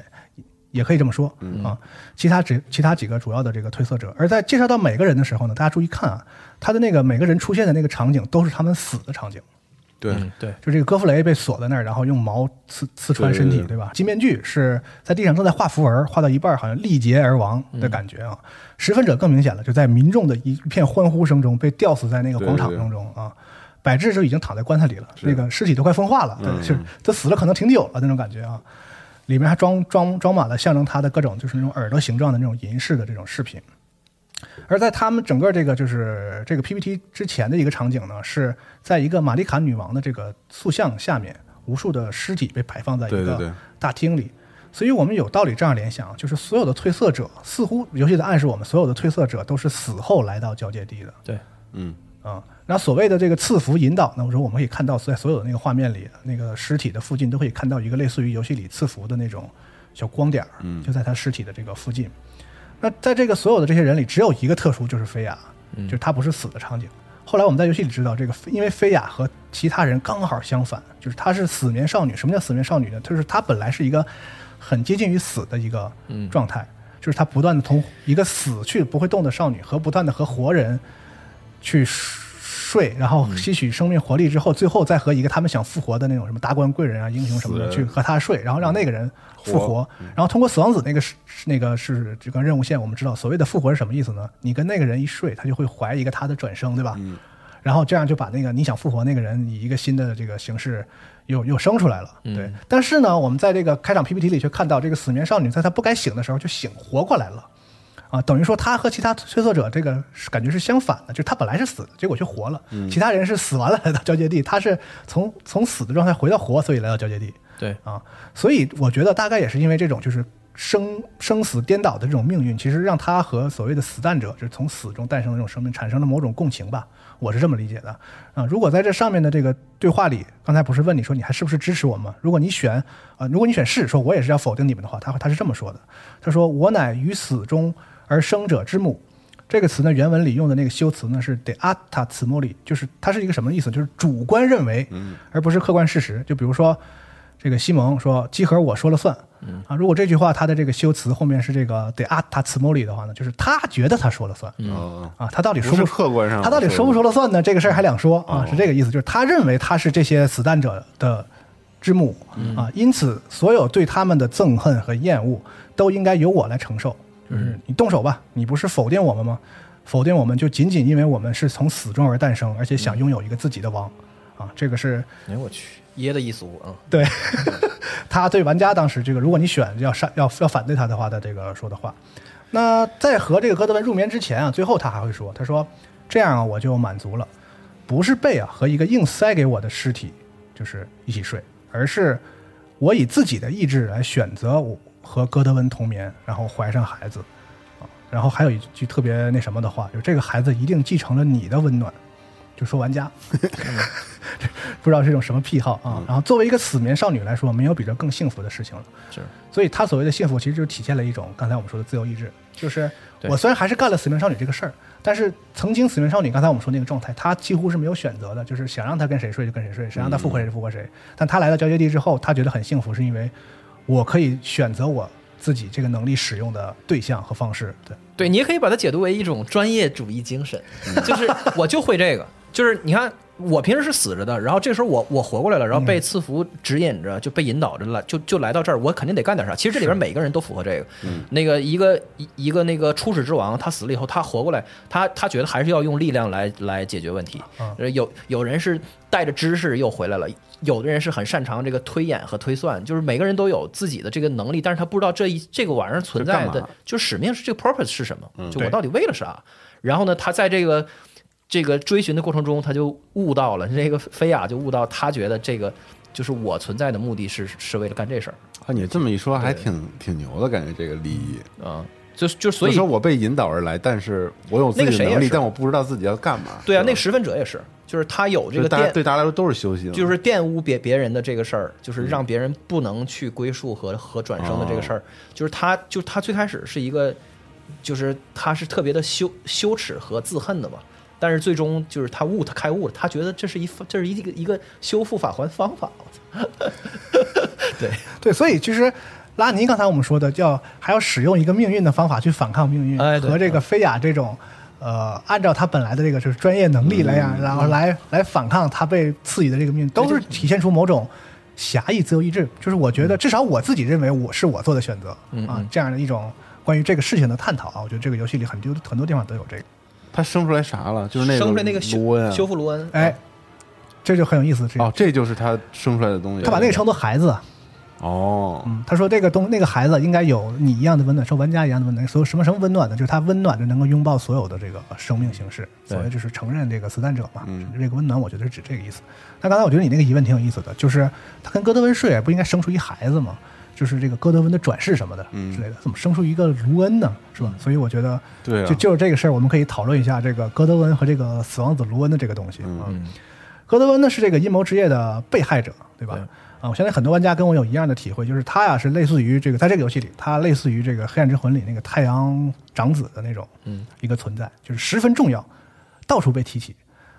也可以这么说嗯啊，其他只其他几个主要的这个褪色者，而在介绍到每个人的时候呢，大家注意看啊，他的那个每个人出现的那个场景都是他们死的场景，对，嗯对，就这个戈弗雷被锁在那儿，然后用矛刺刺穿身体，对对对吧？金面具是在地上正在画符文，画到一半好像力竭而亡的嗯感觉啊。十分者更明显了，就在民众的一片欢呼声中被吊死在那个广场当中啊。百智就已经躺在棺材里了，那个尸体都快风化了，嗯对，就是他死了可能挺久了那种感觉啊。里面还装装装满了象征他的各种就是那种耳朵形状的那种银饰的这种饰品。而在他们整个这个就是这个 PPT 之前的一个场景呢，是在一个玛丽卡女王的这个塑像下面，无数的尸体被摆放在一对对对个大厅里。所以我们有道理这样联想，啊就是所有的褪色者似乎游戏在暗示我们，所有的褪色者都是死后来到交界地的。对，啊。那所谓的这个赐福引导呢，我说我们可以看到，在所有的那个画面里，那个尸体的附近都可以看到一个类似于游戏里赐福的那种小光点儿，就在他尸体的这个附近。那在这个所有的这些人里，只有一个特殊，就是菲亚，就是他不是死的场景。后来我们在游戏里知道，这个因为菲亚和其他人刚好相反，就是她是死眠少女。什么叫死眠少女呢？就是她本来是一个很接近于死的一个状态，就是她不断的从一个死去不会动的少女和不断的和活人去睡，嗯然后吸取生命活力之后，最后再和一个他们想复活的那种什么达官贵人啊、英雄什么的死去人和他睡，然后让那个人复活活，然后通过死亡子那个是是那个是这个任务线，我们知道所谓的复活是什么意思呢？你跟那个人一睡，他就会怀一个他的转生，对吧？嗯然后这样就把那个你想复活那个人以一个新的这个形式又又生出来了，嗯对。但是呢，我们在这个开场 PPT 里却看到，这个死眠少女在她不该醒的时候就醒活过来了，啊，等于说她和其他催色者这个是感觉是相反的，就是她本来是死的，结果却活了，其他人是死完了来到交界地，她是从从死的状态回到活，所以来到交界地。对，啊，所以我觉得大概也是因为这种就是生生死颠倒的这种命运，其实让他和所谓的死难者，就是从死中诞生的这种生命，产生了某种共情吧，我是这么理解的啊。如果在这上面的这个对话里，刚才不是问你说你还是不是支持我们吗？如果你选啊、呃如果你选是，说我也是要否定你们的话，他他是这么说的，他说我乃于死中而生者之母。这个词呢，原文里用的那个修辞呢是 de atta t m o l i 就是它是一个什么意思？就是主观认为，而不是客观事实。就比如说，这个西蒙说“集合我说了算”，啊，如果这句话它的这个修辞后面是这个啊 de atta t m o l i 的话呢，就是他觉得他说了算，哦，啊，他到底说不不是客观上他到底说不说了算呢？这个事儿还两说哦，啊是这个意思，就是他认为他是这些死难者的之母啊，因此所有对他们的憎恨和厌恶都应该由我来承受。就是你动手吧，你不是否定我们吗？否定我们就仅仅因为我们是从死中而诞生，而且想拥有一个自己的王啊，这个是哎我去，噎的一俗啊！对， 他对玩家当时这个，如果你选要杀要要反对他的话的这个说的话，那在和这个戈德文入眠之前啊，最后他还会说，他说这样啊我就满足了，不是被啊和一个硬塞给我的尸体就是一起睡，而是我以自己的意志来选择我和戈德温同眠，然后怀上孩子，啊，然后还有一句特别那什么的话，就是这个孩子一定继承了你的温暖，就说玩家。不知道是一种什么癖好嗯啊。然后作为一个死眠少女来说，没有比这更幸福的事情了。是，所以她所谓的幸福，其实就体现了一种刚才我们说的自由意志，就是对我虽然还是干了死眠少女这个事儿，但是曾经死眠少女刚才我们说那个状态，她几乎是没有选择的，就是想让她跟谁睡就跟谁睡，想让她复活谁就复活嗯谁。但她来到交接地之后，她觉得很幸福，是因为我可以选择我自己这个能力使用的对象和方式。对，对你也可以把它解读为一种专业主义精神，就是我就会这个，就是你看我平时是死着的，然后这时候我我活过来了，然后被赐福指引着，就被引导着来，就就来到这儿，我肯定得干点啥。其实这里边每个人都符合这个。那个一个一一个那个初始之王，他死了以后，他活过来，他他觉得还是要用力量来来解决问题。呃有有人是带着知识又回来了，有的人是很擅长这个推演和推算，就是每个人都有自己的这个能力，但是他不知道这一这个玩意儿存在这干的嘛嗯就使命是这个 purpose 是什么，就我对到底为了啥。然后呢，他在这个这个追寻的过程中，他就悟到了，这个菲亚就悟到，他觉得这个就是我存在的目的是是为了干这事儿啊，你这么一说还挺挺牛的感觉，这个利益。啊，就就所以就说我被引导而来，但是我有自那个己的谁也能力，是但我不知道自己要干嘛。对啊，是吧那十分者也是，就是他有这就个是大家电对大家来说都是修行，就是玷污别别人的这个事儿，就是让别人不能去归宿和和转生的这个事儿，就是他，就是他最开始是一个，就是他是特别的羞羞耻和自恨的嘛。但是最终就是他悟，他开悟了，他觉得这是一这是一个一个修复法环方法。对，所以其实拉尼刚才我们说的叫还要使用一个命运的方法去反抗命运，哎对和这个菲亚这种。呃，按照他本来的这个就是专业能力来呀、然后来来反抗他被赐予的这个命运，都是体现出某种侠义自由意志。就是我觉得，至少我自己认为我是我做的选择啊，这样的一种关于这个事情的探讨啊，我觉得这个游戏里很多很多地方都有这个。他生出来啥了？就是生出个来那个卢恩修啊修复卢恩，哎，这就很有意思。这个哦，这就是他生出来的东西。他把那个称作孩子，啊哦，嗯，他说这个东那个孩子应该有你一样的温暖，受玩家一样的温暖。所有什么什么温暖呢？就是他温暖着能够拥抱所有的这个生命形式，嗯所谓就是承认这个死难者嘛。这个温暖，我觉得是指这个意思。那刚才我觉得你那个疑问挺有意思的，就是他跟哥德温睡不应该生出一孩子吗？就是这个哥德温的转世什么的嗯之类的，怎么生出一个卢恩呢？是吧？所以我觉得，对啊就就是这个事儿，我们可以讨论一下这个哥德温和这个死亡子卢恩的这个东西嗯啊。格德温呢是这个阴谋之夜的被害者，对吧？啊，我相信很多玩家跟我有一样的体会，就是他呀是类似于这个，在这个游戏里，他类似于这个《黑暗之魂》里那个太阳长子的那种，嗯，一个存在，就是十分重要，到处被提起，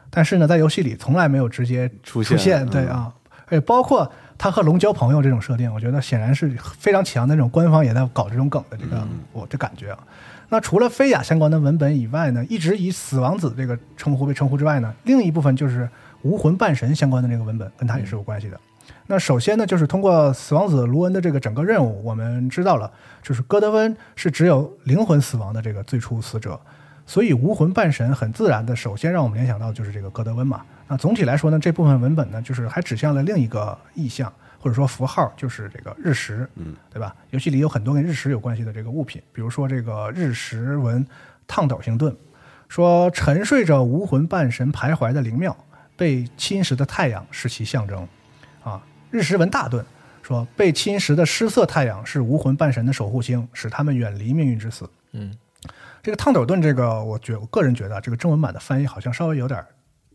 但是呢，在游戏里从来没有直接出现现，对啊，而且包括他和龙交朋友这种设定，我觉得显然是非常强的那种官方也在搞这种梗的这个，我这感觉啊。那除了菲亚相关的文本以外呢，一直以死亡子这个称呼被称呼之外呢，另一部分就是无魂半神相关的这个文本，跟它也是有关系的。那首先呢，就是通过死亡子卢恩的这个整个任务，我们知道了，就是戈德温是只有灵魂死亡的这个最初死者，所以无魂半神很自然的，首先让我们联想到就是这个戈德温嘛。那总体来说呢，这部分文本呢，就是还指向了另一个意象或者说符号，就是这个日食，嗯，对吧？游戏里有很多跟日食有关系的这个物品，比如说这个日食纹烫斗星盾，说沉睡着无魂半神徘徊的灵庙，被侵蚀的太阳是其象征。啊，日食文大顿说，被侵蚀的失色太阳是无魂半神的守护星，使他们远离命运之死。嗯，这个烫斗顿这个，我觉我个人觉得啊，这个中文版的翻译好像稍微有点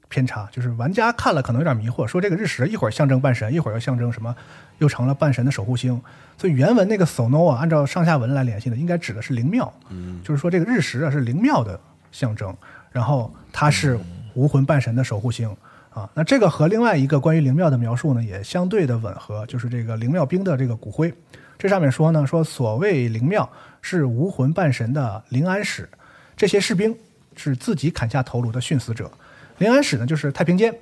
偏差，就是玩家看了可能有点迷惑，说这个日食一会儿象征半神，一会儿又象征什么，又成了半神的守护星。所以原文那个 Sono 啊，按照上下文来联系的，应该指的是灵庙，嗯，就是说这个日食啊是灵庙的象征，然后它是无魂半神的守护星。啊，那这个和另外一个关于灵庙的描述呢，也相对的吻合，就是这个灵庙兵的这个骨灰。这上面说呢，说所谓灵庙是无魂半神的灵安使，这些士兵是自己砍下头颅的殉死者。灵安使呢，就是太平间。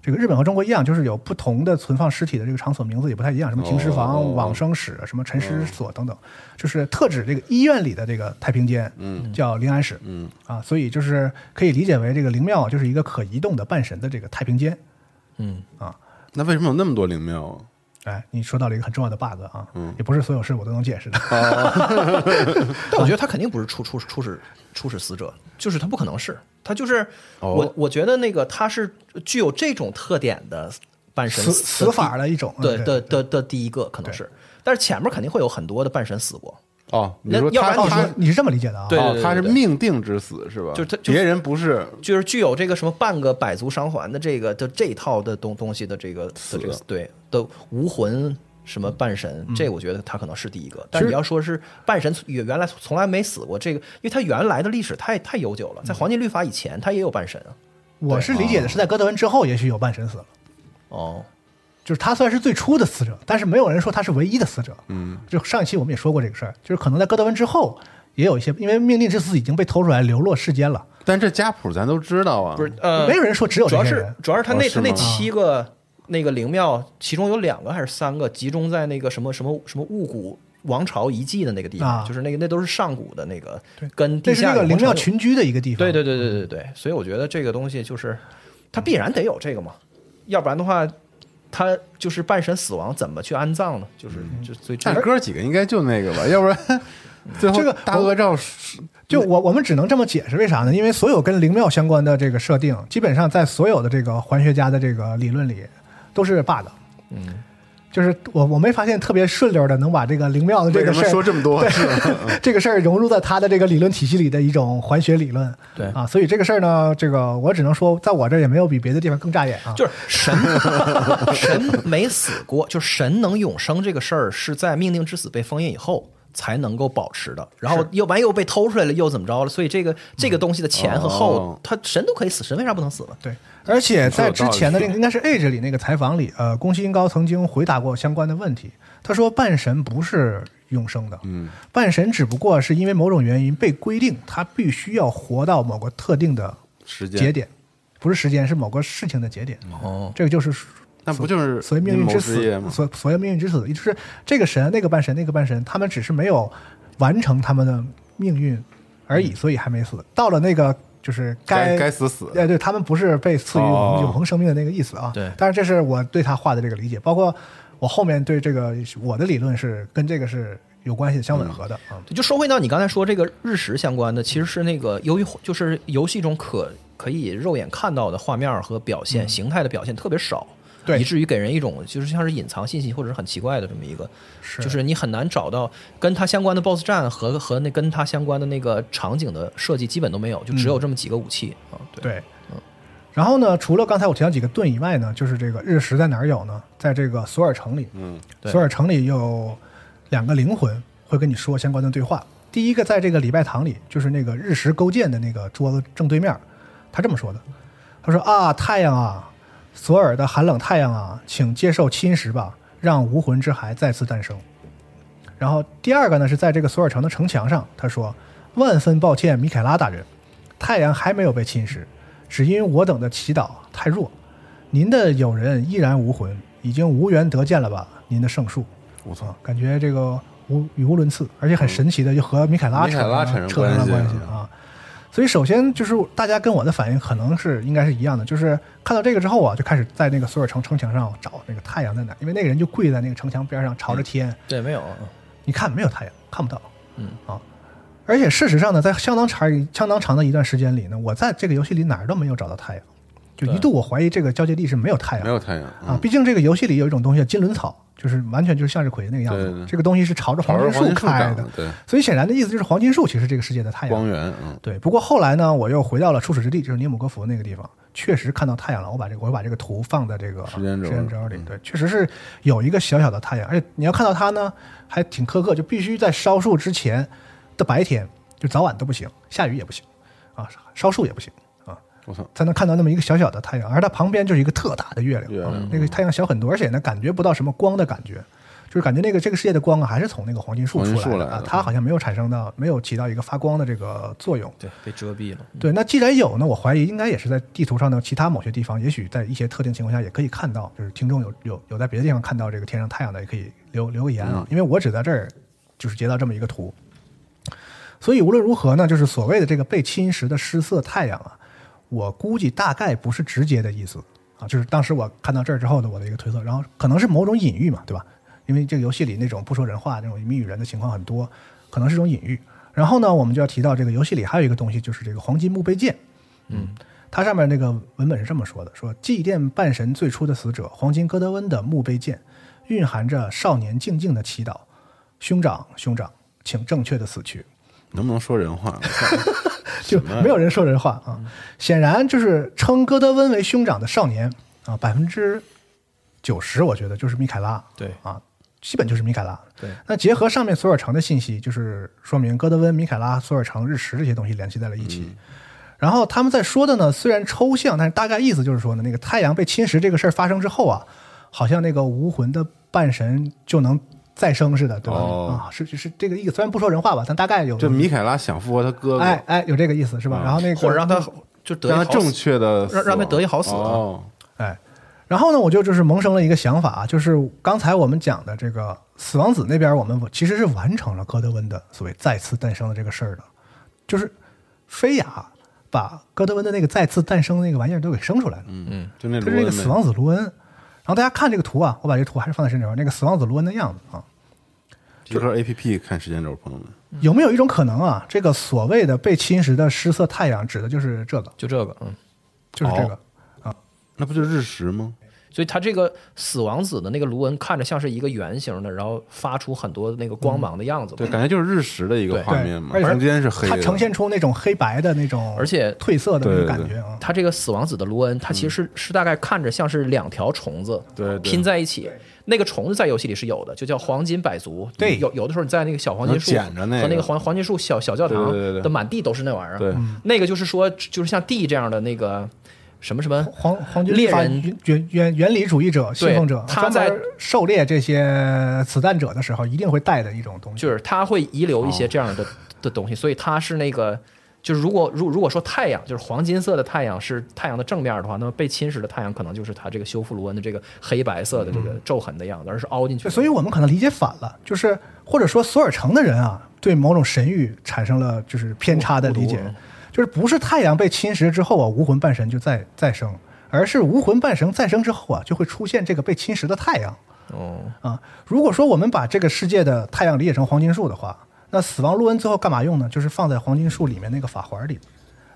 这个日本和中国一样，就是有不同的存放尸体的这个场所名字也不太一样，什么停尸房、往生室、什么沉尸所等等，就是特指这个医院里的这个太平间，嗯，叫灵安室，嗯啊，所以就是可以理解为这个灵庙啊就是一个可移动的半神的这个太平间，那为什么有那么多灵庙啊？哎，你说到了一个很重要的 bug 啊，也不是所有事我都能解释的， 但我觉得他肯定不是初初初始初始死者，就是他不可能是，他就是、我我觉得那个他是具有这种特点的半神死死死法的一种，对嗯的的的第一个可能是，但是前面肯定会有很多的半神死过，哦，你那说要不他然哦，你他是你是这么理解的啊？对对哦对他是对命定之死是吧？就是他就是别人不是就是具有这个什么半个百足伤还的这个的这一套的东东西的这个的这个对的无魂什么半神，这我觉得他可能是第一个。但是你要说是半神原原来从来没死过这个，因为他原来的历史太太悠久了，在黄金律法以前他也有半神啊。我是理解的是在哥德文之后，也许有半神死了。哦，就是他虽然是最初的死者，但是没有人说他是唯一的死者。嗯，就上一期我们也说过这个事儿，就是可能在哥德温之后，也有一些因为命令之死已经被偷出来流落世间了，但这家谱咱都知道啊，不是呃，没有人说只有主这要些是人。主要是他那、哦是他那吗七个那个灵庙，其中有两个还是三个集中在那个什么什么什么雾谷王朝遗迹的那个地方，啊就是那个那都是上古的那个跟地这是下那个有灵庙王朝有。群居的一个地方。对对对对对对，所以我觉得这个东西就是它必然得有这个嘛，要不然的话，他就是半神死亡怎么去安葬呢？就是嗯就所以这但个哥几个应该就那个吧，要不然最后这个大恶兆就我我们只能这么解释，为啥呢？因为所有跟灵庙相关的这个设定，基本上在所有的这个环学家的这个理论里都是 bug。嗯，就是我我没发现特别顺溜的能把这个灵庙的这为个什么事说儿，这么多？是 吧这个事儿融入在他的这个理论体系里的一种环学理论。对啊，所以这个事儿呢，这个我只能说，在我这儿也没有比别的地方更扎眼啊。就是神 神没死过，就神能永生这个事儿是在命定之子被封印以后。才能够保持的，然后又完又被偷出来了，又怎么着了？所以这个这个东西的前和后哦，他神都可以死，神为啥不能死呢？对，而且在之前的那说有道个理啊应该是 Age 里那个采访里，呃，宫崎英高曾经回答过相关的问题。他说，半神不是永生的，嗯，半神只不过是因为某种原因被规定，他必须要活到某个特定的时间节，点，不是时间，是某个事情的节点。哦，这个就是那不就是所谓命运之阴谋业死，吗？所所谓命运之死，也就是这个神、那个半神、那个半神，他们只是没有完成他们的命运而已，所以还没死。到了那个就是嗯该该该死死哎，对他们不是被赐予永哦恒永恒生命的那个意思啊。对但是这是我对他画的这个理解，包括我后面对这个我的理论是跟这个是有关系、嗯相吻合的啊。就说回到你刚才说这个日食相关的，其实是那个由于就是游戏中可可以肉眼看到的画面儿和表现、形态的表现特别少，对以至于给人一种就是像是隐藏信息或者是很奇怪的这么一个，是就是你很难找到跟它相关的 BOSS 战和和那跟它相关的那个场景的设计基本都没有，就只有这么几个武器、啊，对，嗯对，然后呢，除了刚才我提到几个盾以外呢，就是这个日食在哪儿有呢？在这个索尔城里，嗯，对索尔城里有两个灵魂会跟你说相关的对话。第一个在这个礼拜堂里，就是那个日食勾践的那个桌子正对面，他这么说的：“他说啊，太阳啊，索尔的寒冷太阳啊，请接受侵蚀吧，让无魂之孩再次诞生。”然后第二个呢是在这个索尔城的城墙上，他说：“万分抱歉，米凯拉大人，太阳还没有被侵蚀，只因我等的祈祷太弱。您的友人依然无魂，已经无缘得见了吧？您的圣树，我操啊，感觉这个无语无伦次，而且很神奇的就和米凯拉米凯拉扯上产了生关扯上了系关系啊。所以首先就是大家跟我的反应可能是应该是一样的，就是看到这个之后啊，就开始在那个索尔城城墙上找那个太阳在哪，因为那个人就跪在那个城墙边上朝着天。对，没有，你看没有太阳，看不到。嗯啊，而且事实上呢，在相当长相当长的一段时间里呢，我在这个游戏里哪儿都没有找到太阳，就一度我怀疑这个交界地是没有太阳没的有太阳嗯啊。，毕竟这个游戏里有一种东西叫金轮草，就是完全就是向日葵那个样子，对对对这个东西是朝着黄朝着黄树金树开长的的，对所以显然的意思就是黄金树其实这个世界的嗯太光阳。源，嗯，对，不过后来呢，我又回到了初始之地，就是涅姆格福那个地方，确实看到太阳了。我把这个我把这个图放在这个时间轴嗯时间轴里，对，确实是有一个小小的太阳，而且你要看到它呢，还挺苛刻，就必须在烧树之前的白天，就早晚都不行，下雨也不行，啊，烧树也不行啊，我操，才能看到那么一个小小的太阳，而它旁边就是一个特大的月亮，月亮啊那个太阳小很多，而且呢感觉不到什么光的感觉，就是感觉那个这个世界的光啊还是从那个黄金树黄出金来的树来啊的，它好像没有产生到没有起到一个发光的这个作用。对，被遮蔽了，对，那既然有呢，我怀疑应该也是在地图上的其他某些地方，也许在一些特定情况下也可以看到，就是听众有有有在别的地方看到这个天上太阳的，也可以留留个言啊，因为我只在这儿就是截到这么一个图，所以无论如何呢，就是所谓的这个被侵蚀的失色太阳啊，我估计大概不是直接的意思啊，就是当时我看到这儿之后的我的一个推测，然后可能是某种隐喻嘛，对吧？因为这个游戏里那种不说人话、这种谜语人的情况很多，可能是一种隐喻。然后呢，我们就要提到这个游戏里还有一个东西，就是这个黄金墓碑剑。它上面那个文本是这么说的：说祭奠半神最初的死者黄金戈德温的墓碑剑，蕴含着少年静静的祈祷，兄长，兄长，请正确的死去。能不能说人话？ 就没有人说人话嗯啊。显然就是称戈德温为兄长的少年啊，百分之九十我觉得就是米凯拉，对啊，基本就是米凯拉。对那结合上面索尔城的信息，就是说明戈德温、米凯拉、索尔城、日食这些东西联系在了一起。嗯然后他们在说的呢，虽然抽象，但是大概意思就是说呢，那个太阳被侵蚀这个事儿发生之后啊，好像那个无魂的半神就能再生似的，对吧？哦啊，是是这个意思。虽然不说人话吧，但大概有就米凯拉想复活他哥哥，哎哎有这个意思是吧？然后那个嗯或者让他就得意让好他正死确的让让他得一好死哦，哎，然后呢，我就就是萌生了一个想法啊，就是刚才我们讲的这个死亡子那边，我们其实是完成了哥德温的所谓再次诞生的这个事儿的，就是菲亚把哥德温的那个再次诞生的那个玩意儿都给生出来了，嗯，就那它是那卢恩个死亡子卢恩。然后大家看这个图啊，我把这个图还是放在身上，那个死亡子卢恩的样子啊，集合 A P P 看时间轴，朋友们，有没有一种可能啊，这个所谓的被侵蚀的失色太阳指的就是这个，就这个，嗯。就是这个。那不就是日食吗？所以他这个死亡子的那个卢恩看着像是一个圆形的，然后发出很多那个嗯光芒的样子嘛。对，感觉就是日食的一个对画对面嘛，而且中间是黑的，它呈现出那种黑白的那种，而且褪色的那对种感对觉啊。他这个死亡子的卢恩，他其实是、是大概看着像是两条虫子嗯对对拼在一起。那个虫子在游戏里是有的，就叫黄金百足。对有有的时候你在那个小黄金树能捡着那个和那个黄黄金树小小教堂对对对对的满地都是那玩意儿。对嗯那个就是说，就是像地这样的那个什么什么黄黄金猎法人原原原理主义者、信奉者，他在专门狩猎这些子弹者的时候，一定会带的一种东西。就是它会遗留一些这样的、的东西，所以它是那个，就是如果如如果说太阳就是黄金色的太阳是太阳的正面的话，那么被侵蚀的太阳可能就是它这个修复卢恩的这个黑白色的这嗯个皱痕的样子，而是凹进去对，的。所以我们可能理解反了，就是或者说索尔城的人啊，对某种神域产生了就是偏差的理解误读，就是不是太阳被侵蚀之后啊，无魂半神就再再生，而是无魂半神再生之后啊，就会出现这个被侵蚀的太阳。哦，啊，如果说我们把这个世界的太阳理解成黄金树的话，那死亡洛恩最后干嘛用呢？就是放在黄金树里面那个法环里，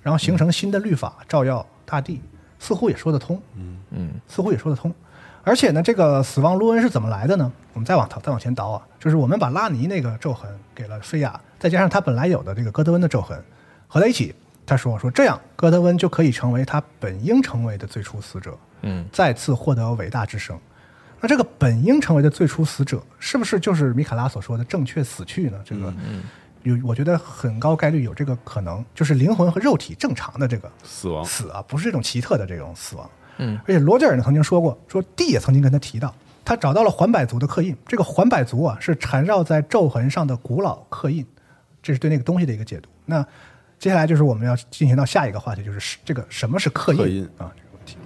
然后形成新的律法照耀大地，似乎也说得通。嗯嗯，似乎也说得通。而且呢，这个死亡洛恩是怎么来的呢？我们再往头再往前倒啊，就是我们把拉尼那个皱痕给了菲亚，再加上他本来有的这个哥德温的皱痕合在一起，他说说这样哥德温就可以成为他本应成为的最初死者，嗯，再次获得伟大之声。那这个本应成为的最初死者，是不是就是米凯拉所说的正确死去呢？这个有，我觉得很高概率有这个可能，就是灵魂和肉体正常的这个死亡，死啊，不是这种奇特的这种死亡。嗯，而且罗杰尔呢曾经说过，说地也曾经跟他提到，他找到了环百族的刻印，这个环百族啊是缠绕在皱痕上的古老刻印，这是对那个东西的一个解读。那接下来就是我们要进行到下一个话题，就是是这个什么是刻印刻印啊这个问题。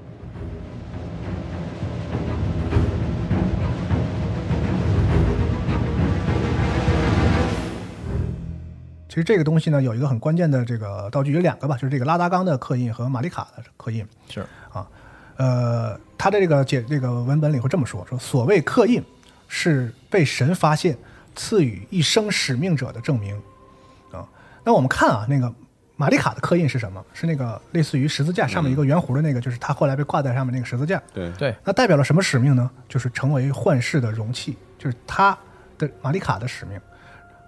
其实这个东西呢，有一个很关键的这个道具，有两个吧，就是这个拉达冈的刻印和玛丽卡的刻印。是啊，呃，他的这个解这个文本里会这么说：说所谓刻印，是被神发现赐予一生使命者的证明啊。那我们看啊，那个玛丽卡的刻印是什么？是那个类似于十字架上面一个圆弧的那个，就是他后来被挂在上面那个十字架。对对，那代表了什么使命呢？就是成为幻视的容器，就是他的玛丽卡的使命。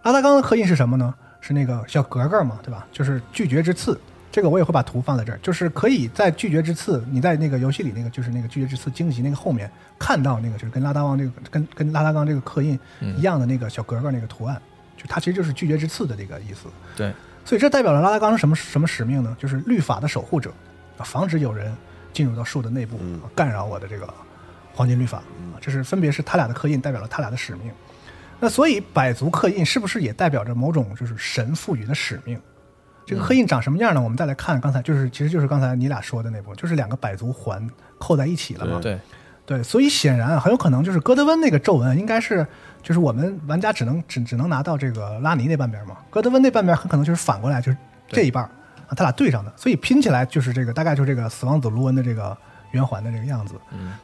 拉达冈的刻印是什么呢？是那个小格格嘛，对吧？就是拒绝之刺。这个我也会把图放在这儿，就是可以在拒绝之刺，你在那个游戏里那个就是那个拒绝之刺荆棘那个后面看到那个就是跟拉达旺这个跟跟拉达冈这个刻印一样的那个小格格那个图案，就它其实就是拒绝之刺的这个意思。对，所以这代表了拉达冈是什么什么使命呢？就是律法的守护者，啊防止有人进入到树的内部、啊干扰我的这个黄金律法。啊这是分别是他俩的刻印代表了他俩的使命。那所以百足刻印是不是也代表着某种就是神赋予的使命？这个刻印长什么样呢？我们再来看刚才就是其实就是刚才你俩说的那部分，就是两个百足环扣在一起了嘛。对，对，所以显然啊，很有可能就是哥德温那个皱纹应该是，就是我们玩家只能只只能拿到这个拉尼那半边嘛，哥德温那半边很可能就是反过来就是这一半儿啊，他俩对上的，所以拼起来就是这个大概就是这个死亡子卢恩的这个圆环的这个样子，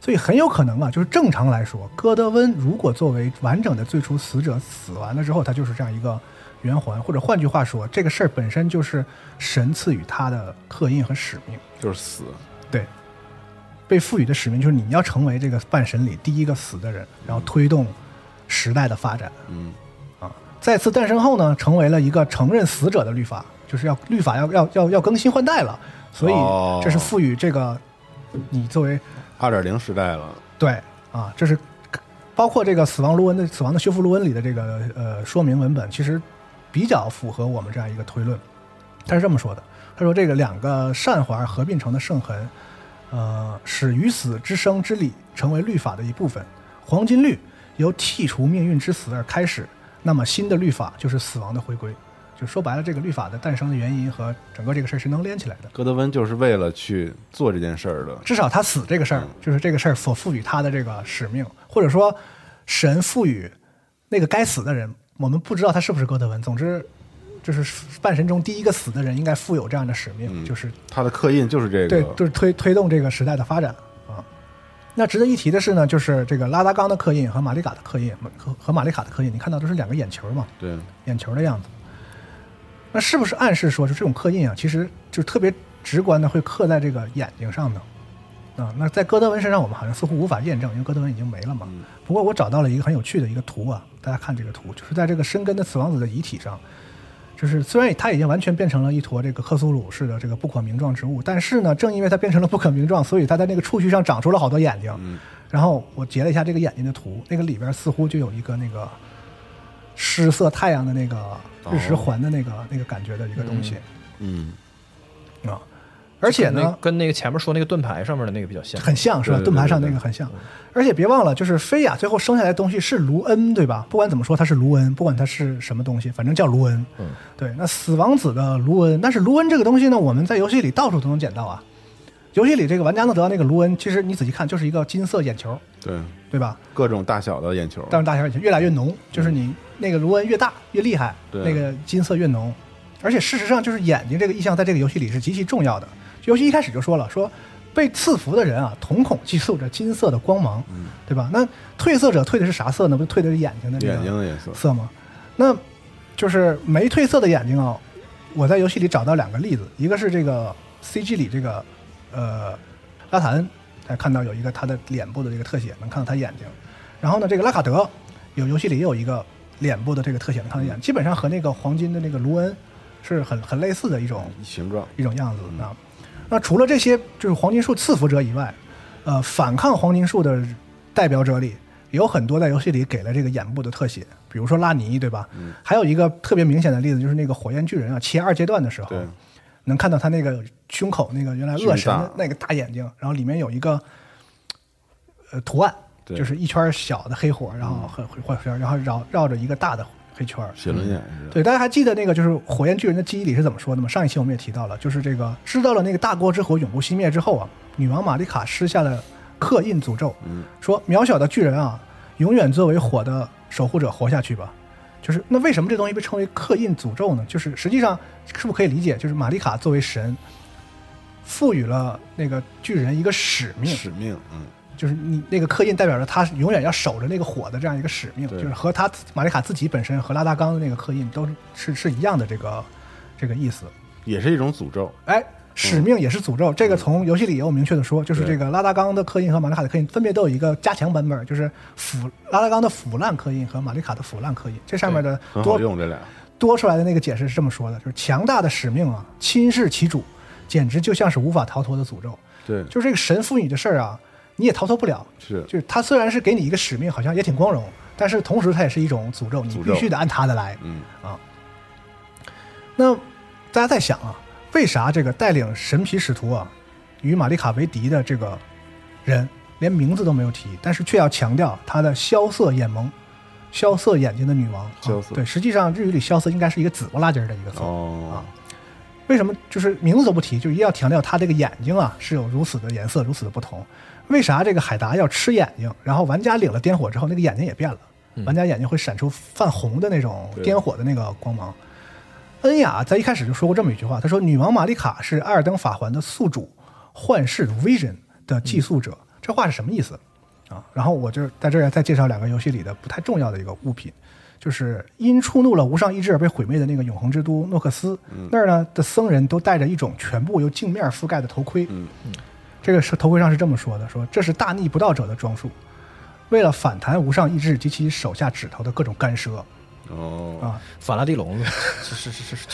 所以很有可能啊，就是正常来说，哥德温如果作为完整的最初死者死完了之后，他就是这样一个圆环，或者换句话说，这个事儿本身就是神赐予他的刻印和使命。就是死，对，被赋予的使命就是你要成为这个半神里第一个死的人，然后推动时代的发展。嗯，啊，再次诞生后呢，成为了一个承认死者的律法，就是要律法要要要要更新换代了，所哦以这是赋予这个你作为二点零时代了，对啊，这是包括这个死亡卢恩的死亡的修复卢恩里的这个呃说明文本，其实比较符合我们这样一个推论。他是这么说的：他说这个两个善环合并成的圣痕，呃，使于死之生之理成为律法的一部分。黄金律由剔除命运之死而开始，那么新的律法就是死亡的回归。就说白了，这个律法的诞生的原因和整个这个事儿是能连起来的。戈德温就是为了去做这件事儿的。至少他死这个嗯事儿，就是这个事儿所赋予他的这个使命，或者说神赋予那个该死的人，我们不知道他是不是哥德文。总之，就是半神中第一个死的人应该负有这样的使命，就是他的刻印就是嗯这个，对，就是推推动这个时代的发展啊。那值得一提的是呢，就是这个拉达冈的刻印和玛丽卡的刻印，和和玛丽卡的刻印，你看到都是两个眼球嘛，对眼球的样子。那是不是暗示说，就这种刻印啊，其实就特别直观的会刻在这个眼睛上呢？啊，那在戈德文身上，我们好像似乎无法验证，因为戈德文已经没了嘛。嗯不过我找到了一个很有趣的一个图啊，大家看这个图，就是在这个深根的死亡子的遗体上，就是虽然它已经完全变成了一坨这个克苏鲁式的这个不可名状之物，但是呢，正因为它变成了不可名状，所以它在那个触须上长出了好多眼睛。嗯然后我截了一下这个眼睛的图，那个里边似乎就有一个那个失色太阳的那个日食环的那个、那个感觉的一个东西。哦嗯，啊，而且跟那呢，跟那个前面说那个盾牌上面的那个比较像，很像是吧？对对对盾牌上那对个对很像，而且别忘了，就是菲亚最后生下来的东西是卢恩，对吧？不管怎么说，他是卢恩，不管他是什么东西，反正叫卢恩。嗯，对。那死亡子的卢恩，但是卢恩这个东西呢，我们在游戏里到处都能捡到啊。游戏里这个玩家能得到那个卢恩，其实你仔细看就是一个金色眼球，对，对吧？各种大小的眼球，但是大小眼球越来越浓，就是你那个卢恩越大越厉害，对那个金色越浓。而且事实上，就是眼睛这个意象在这个游戏里是极其重要的。游戏一开始就说了，说被赐福的人啊，瞳孔寄宿着金色的光芒，嗯对吧？那褪色者褪的是啥色呢？不褪的是眼睛的这个眼睛的颜色，色吗？那就是没褪色的眼睛啊。我在游戏里找到两个例子，一个是这个 CG 里这个呃拉塔恩，还看到有一个他的脸部的这个特写，能看到他眼睛。然后呢，这个拉卡德有游戏里也有一个脸部的这个特写，能看到眼，基本上和那个黄金的那个卢恩是很很类似的一种形状，一种样子啊。那除了这些就是黄金树赐福者以外，呃，反抗黄金树的代表者里，有很多在游戏里给了这个眼部的特写，比如说拉尼，对吧？嗯还有一个特别明显的例子就是那个火焰巨人啊，切二阶段的时候对，能看到他那个胸口那个原来恶神巨大的那个大眼睛，然后里面有一个呃图案，对就是一圈小的黑火，然后很火圈，然后绕绕着一个大的黑圈，写轮眼似的。嗯对，大家还记得那个就是《火焰巨人》的记忆里是怎么说的吗？上一期我们也提到了，就是这个知道了那个大锅之火永不熄灭之后啊，女王玛丽卡施下了刻印诅咒，说渺小的巨人啊，永远作为火的守护者活下去吧。就是那为什么这东西被称为刻印诅咒呢？就是实际上是不是可以理解，就是玛丽卡作为神，赋予了那个巨人一个使命，使命，嗯，就是你那个刻印代表着他永远要守着那个火的这样一个使命，就对是和他自玛丽卡自己本身和拉达冈的那个刻印都是是是一样的这个这个意思。也是一种诅咒，哎，使命也是诅咒，这个从游戏里也有明确的说，就是对这个拉达冈的刻印和玛丽卡的刻印分别都有一个加强版本，就是腐拉达冈的腐烂刻印和玛丽卡的腐烂刻印，这上面的很多好用这俩，多出来的那个解释是这么说的，就是强大的使命啊，亲视其主，简直就像是无法逃脱的诅咒。对，就是这个神赋予你的事儿啊，你也逃脱不了。是就是他虽然是给你一个使命，好像也挺光荣，但是同时它也是一种诅咒，你诅咒必须得按他的来。嗯啊，那大家在想啊，为啥这个带领神皮使徒啊与玛丽卡为敌的这个人，连名字都没有提，但是却要强调他的萧瑟眼眸，萧瑟眼睛的女王。啊萧瑟对，实际上日语里萧瑟应该是一个紫不拉几儿的一个字。哦，为什么就是名字都不提，就一定要强调他这个眼睛啊是有如此的颜色，如此的不同？为啥这个海达要吃眼睛？然后玩家领了点火之后，那个眼睛也变了，玩家眼睛会闪出泛红的那种对点火的那个光芒。恩雅在一开始就说过这么一句话，她说：“女王玛丽卡是艾尔登法环的宿主，幻视 Vision 的寄宿者。这话是什么意思啊？然后我就在这儿再介绍两个游戏里的不太重要的一个物品，就是因触怒了无上意志而被毁灭的那个永恒之都诺克斯、那儿呢的僧人都戴着一种全部由镜面覆盖的头盔。这个是头盔上是这么说的：说这是大逆不道者的装束，为了反弹无上意志及其手下指头的各种干涉。啊哦，法拉第笼子， 是是是是是，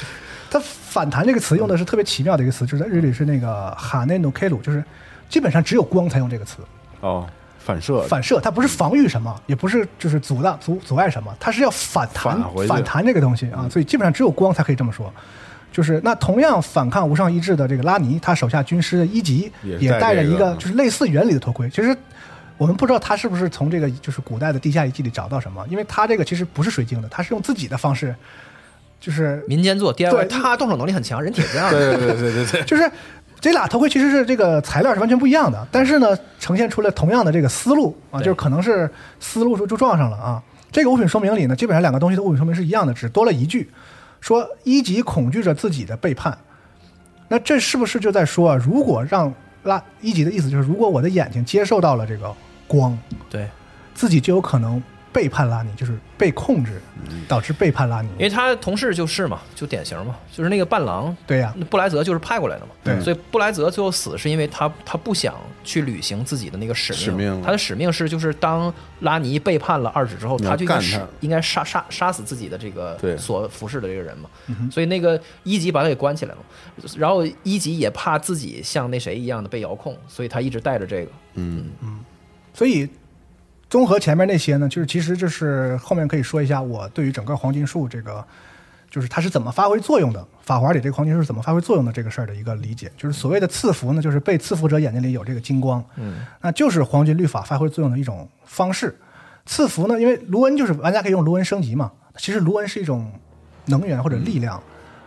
它反弹这个词用的是特别奇妙的一个词，就是在日语是那个哈内努 k 鲁，就是基本上只有光才用这个词。哦，反射，反射，它不是防御什么，也不是就是阻挡阻阻碍什么，它是要反弹返回去嗯反弹这个东西啊，所以基本上只有光才可以这么说。就是那同样反抗无上意志的这个拉尼，他手下军师的一级也是也戴戴着这一个个嗯就是类似原理的头盔。其实我们不知道他是不是从这个就是古代的地下遗迹里找到什么，因为他这个其实不是水晶的，他是用自己的方式，就是民间做 DIY，对他动手能力很强，人铁匠。对对对对对，就是这俩头盔其实是这个材料是完全不一样的，但是呢，呈现出了同样的这个思路啊，对就是可能是思路就就撞上了啊。这个物品说明里呢，基本上两个东西的物品说明是一样的，只多了一句，说一级恐惧着自己的背叛。那这是不是就在说啊，如果让拉一级的意思就是，如果我的眼睛接受到了这个光，对，自己就有可能背叛拉尼，就是被控制，导致背叛拉尼。嗯因为他同事就是嘛，就典型嘛，就是那个伴郎，对呀、那布莱泽就是派过来的嘛。对所以布莱泽最后死是因为他他不想去履行自己的那个使命。使命他的使命是就是当拉尼背叛了二指之后，你要他就应该干是他应该杀杀杀死自己的这个对所服侍的这个人嘛。嗯所以那个一级把他给关起来了，然后一级也怕自己像那谁一样的被遥控，所以他一直带着这个。所以综合前面那些呢，就是其实就是后面可以说一下我对于整个黄金树这个，就是它是怎么发挥作用的，法华里这个黄金树是怎么发挥作用的这个事儿的一个理解。就是所谓的赐福呢，就是被赐福者眼睛里有这个金光，嗯，那就是黄金律法发挥作用的一种方式。赐福呢，因为卢恩就是玩家可以用卢恩升级嘛，其实卢恩是一种能源或者力量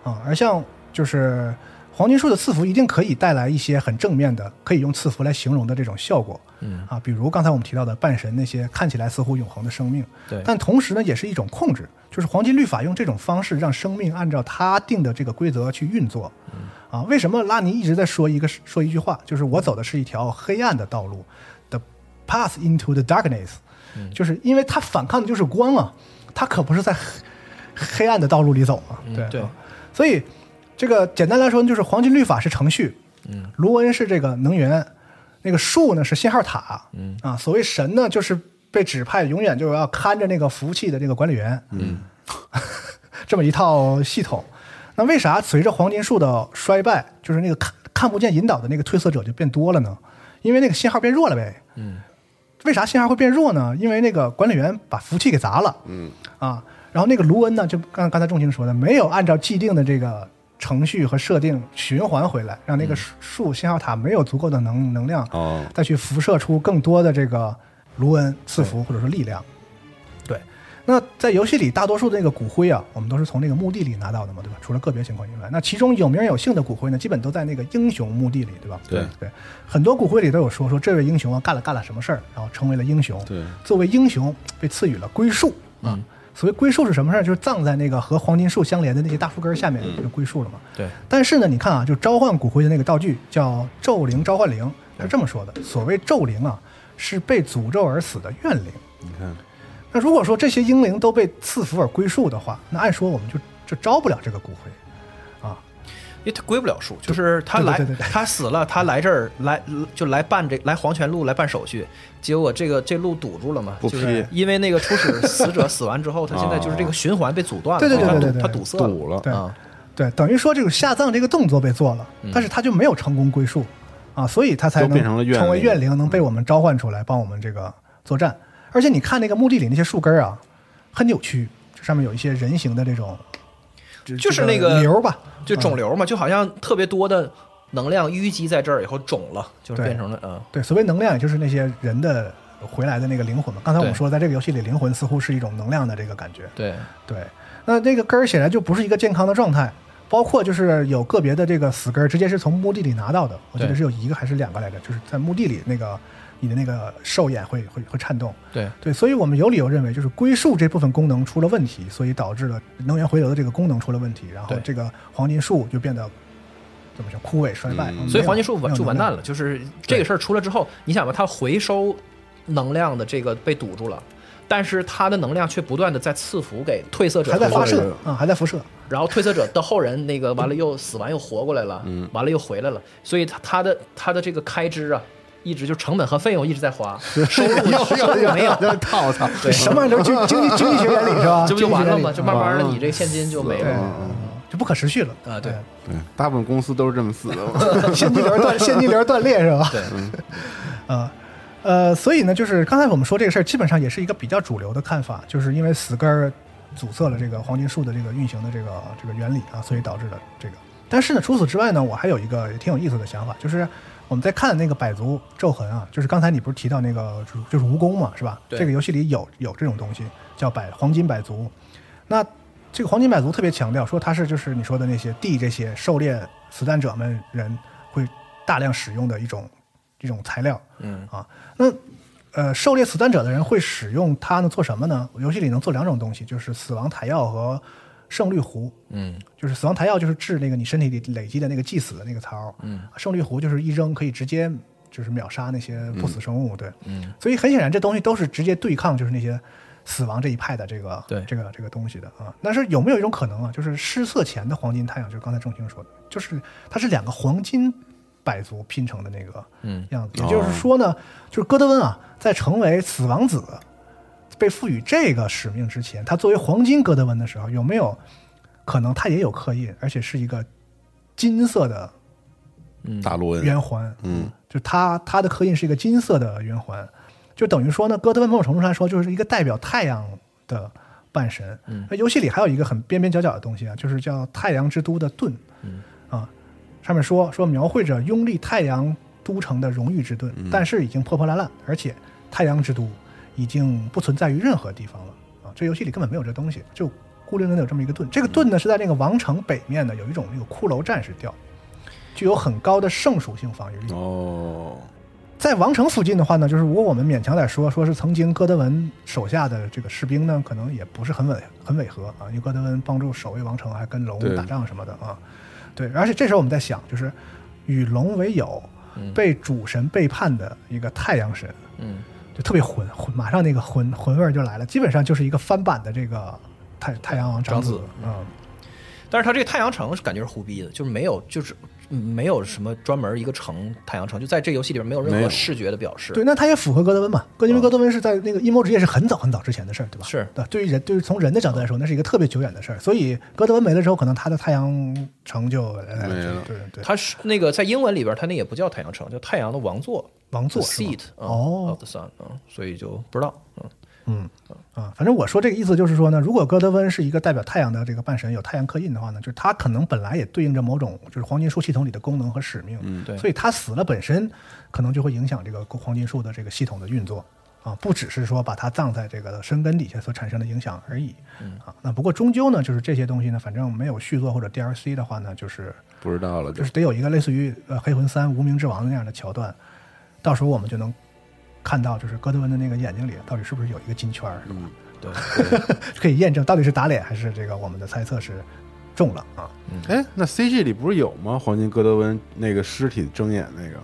啊，而像就是。黄金树的赐福一定可以带来一些很正面的，可以用赐福来形容的这种效果。嗯啊，比如刚才我们提到的半神那些看起来似乎永恒的生命，对但同时呢，也是一种控制，就是黄金律法用这种方式让生命按照它定的这个规则去运作。啊，为什么拉尼一直在说一个说一句话，就是我走的是一条黑暗的道路，the path into the darkness，、就是因为他反抗的就是光啊，他可不是在黑黑暗的道路里走啊，对、对啊所以这个简单来说呢就是黄金律法是程序，嗯，卢恩是这个能源，那个树呢是信号塔，嗯啊，所谓神呢就是被指派永远就要看着那个服务器的这个管理员，嗯， 这么一套系统。那为啥随着黄金树的衰败，就是那个看看不见引导的那个褪色者就变多了呢？因为那个信号变弱了呗，嗯。为啥信号会变弱呢？因为那个管理员把服务器给砸了，嗯啊，然后那个卢恩呢，就刚刚才仲卿说的，没有按照既定的这个程序和设定循环回来，让那个树树信号塔没有足够的能能量，哦再去辐射出更多的这个卢恩赐福或者说力量。对，那在游戏里，大多数的那个骨灰啊，我们都是从那个墓地里拿到的嘛，对吧？除了个别情况以外，那其中有名有姓的骨灰呢，基本都在那个英雄墓地里，对吧？对对，很多骨灰里都有说说这位英雄啊干了干了什么事儿，然后成为了英雄。对嗯作为英雄被赐予了归宿啊。所谓归宿是什么事儿？就是葬在那个和黄金树相连的那些大树根儿下面嗯就归宿了嘛。对，但是呢，你看啊，就召唤骨灰的那个道具叫咒灵召唤灵，它是这么说的：所谓咒灵啊，是被诅咒而死的怨灵。你看，那如果说这些英灵都被赐福而归宿的话，那按说我们就就招不了这个骨灰。因为他归不了数，就是他来对对对对他死了，他来这儿来就来办这来黄泉路来办手续，结果这个这路堵住了嘛，不批就是因为那个初始死者死完之后，他现在就是这个循环被阻断了，对对对他堵对对对嗯他堵塞了，啊堵了，对、啊对，等于说这个下葬这个动作被做了，嗯但是他就没有成功归宿啊，所以他才能都变成了怨灵成为怨灵，能嗯被我们召唤出来帮我们这个作战。而且你看那个墓地里那些树根啊，很扭曲，这上面有一些人形的这种，就是那个个瘤吧，嗯就肿瘤嘛，就好像特别多的能量淤积在这儿以后肿了，就是对变成了嗯，对，所谓能量，也就是那些人的回来的那个灵魂嘛。刚才我们对说，在这个游戏里，灵魂似乎是一种能量的这个感觉。对，对，那那个根儿显然就不是一个健康的状态，包括就是有个别的这个死根儿，直接是从墓地里拿到的，我记得对是有一个还是两个来着，就是在墓地里那个你的那个兽眼会会会颤动。对对，所以我们有理由认为，就是归宿这部分功能出了问题，所以导致了能源回流的这个功能出了问题，然后对这个黄金树就变得怎么说枯萎衰败，嗯没有所以黄金树没完有就完能量蛋了，就是这个事儿出了之后，你想吧，它回收能量的这个被堵住了。但是它的能量却不断的在赐福给褪色者还在和发后人射啊，还在辐射。然后褪色者的后人那个完了又死完又活过来了，完了又回来了，所以他他的他的这个开支啊，一直就成本和费用一直在花，收入收入 没有，套套，对，什么玩意儿？经经济经济学原理是吧？ 这不就完了吗？就经济学原理嗯慢慢的你这个现金就没对了，，就不可持续了啊对对，大部分公司都是这么死的嘛，现金流断现金流断裂是吧？对，啊、呃，所以呢，就是刚才我们说这个事儿，基本上也是一个比较主流的看法，就是因为死根儿阻塞了这个黄金树的这个运行的这个这个原理啊，所以导致了这个但是呢，除此之外呢，我还有一个也挺有意思的想法，就是我们在看那个百足咒痕啊，就是刚才你不是提到那个就是就是蜈蚣嘛，是吧？对这个游戏里有有这种东西叫百黄金百足，那这个黄金百足特别强调说它是就是你说的那些地这些狩猎死战者们人会大量使用的一种一种材料，嗯啊，那呃狩猎死战者的人会使用它呢做什么呢？游戏里能做两种东西，就是死亡弹药和胜率壶，嗯，就是死亡弹药就是治那个你身体里累积的那个祭死的那个槽，嗯，胜率壶就是一扔可以直接就是秒杀那些不死生物，对，嗯，所以很显然这东西都是直接对抗就是那些死亡这一派的这个对这个这个东西的啊。但是有没有一种可能啊，就是失色前的黄金太阳，就是刚才仲卿说的，就是它是两个黄金百足拼成的那个样子，也就是说呢，就是戈德温啊，在成为死亡子。被赋予这个使命之前，他作为黄金戈德温的时候，有没有可能它也有刻印，而且是一个金色的嗯大陆恩圆环。嗯，就它它的刻印是一个金色的圆环，就等于说呢，哥德温某种程度上说就是一个代表太阳的半神。嗯，那游戏里还有一个很边边角角的东西啊，就是叫太阳之都的盾。嗯，啊，上面说说描绘着拥立太阳都城的荣誉之盾，但是已经破破烂烂，而且太阳之都已经不存在于任何地方了啊！这游戏里根本没有这东西，就孤零零的有这么一个盾。这个盾呢是在那个王城北面呢有一种那个骷髅战士吊，具有很高的圣属性防御力。哦，在王城附近的话呢，就是如果我们勉强点说，说是曾经哥德文手下的这个士兵呢，可能也不是很违很违和啊，因为哥德文帮助守卫王城，还跟龙对打仗什么的啊。对，而且这时候我们在想，就是与龙为友，被主神背叛的一个太阳神，嗯，就特别混混，马上那个混混味儿就来了，基本上就是一个翻版的这个太太阳王长长子嗯，但是它这个太阳城是感觉是胡逼的，就是没有，就是没有什么专门一个城太阳城，就在这游戏里边没有任没有何视觉的表示。对，那他也符合哥德温嘛？哥因为哥德温是在那个阴谋职业是很早很早之前的事儿，对吧？是对，对于人，对于从人的角度来说，那是一个特别久远的事儿。所以哥德温没了之后，可能他的太阳城就呃没了对对对，它是那个在英文里边，它那也不叫太阳城，叫太阳的王座，王座 The 是吗 seat 嗯哦 of the sun，嗯，所以就不知道，嗯，嗯啊，反正我说这个意思就是说呢，如果哥德温是一个代表太阳的这个半神，有太阳刻印的话呢，就是他可能本来也对应着某种就是黄金树系统里的功能和使命，嗯对所以他死了本身可能就会影响这个黄金树的这个系统的运作啊，不只是说把它葬在这个深根底下所产生的影响而已，啊，那不过终究呢，就是这些东西呢，反正没有续作或者 DLC 的话呢，就是不知道了，就就是得有一个类似于呃《黑魂三：无名之王》那样的桥段，到时候我们就能看到，就是戈德温的那个眼睛里到底是不是有一个金圈儿，是吧？对，可以验证到底是打脸还是这个我们的猜测是中了啊？哎，那 CG 里不是有吗？黄金戈德温那个尸体睁眼那个，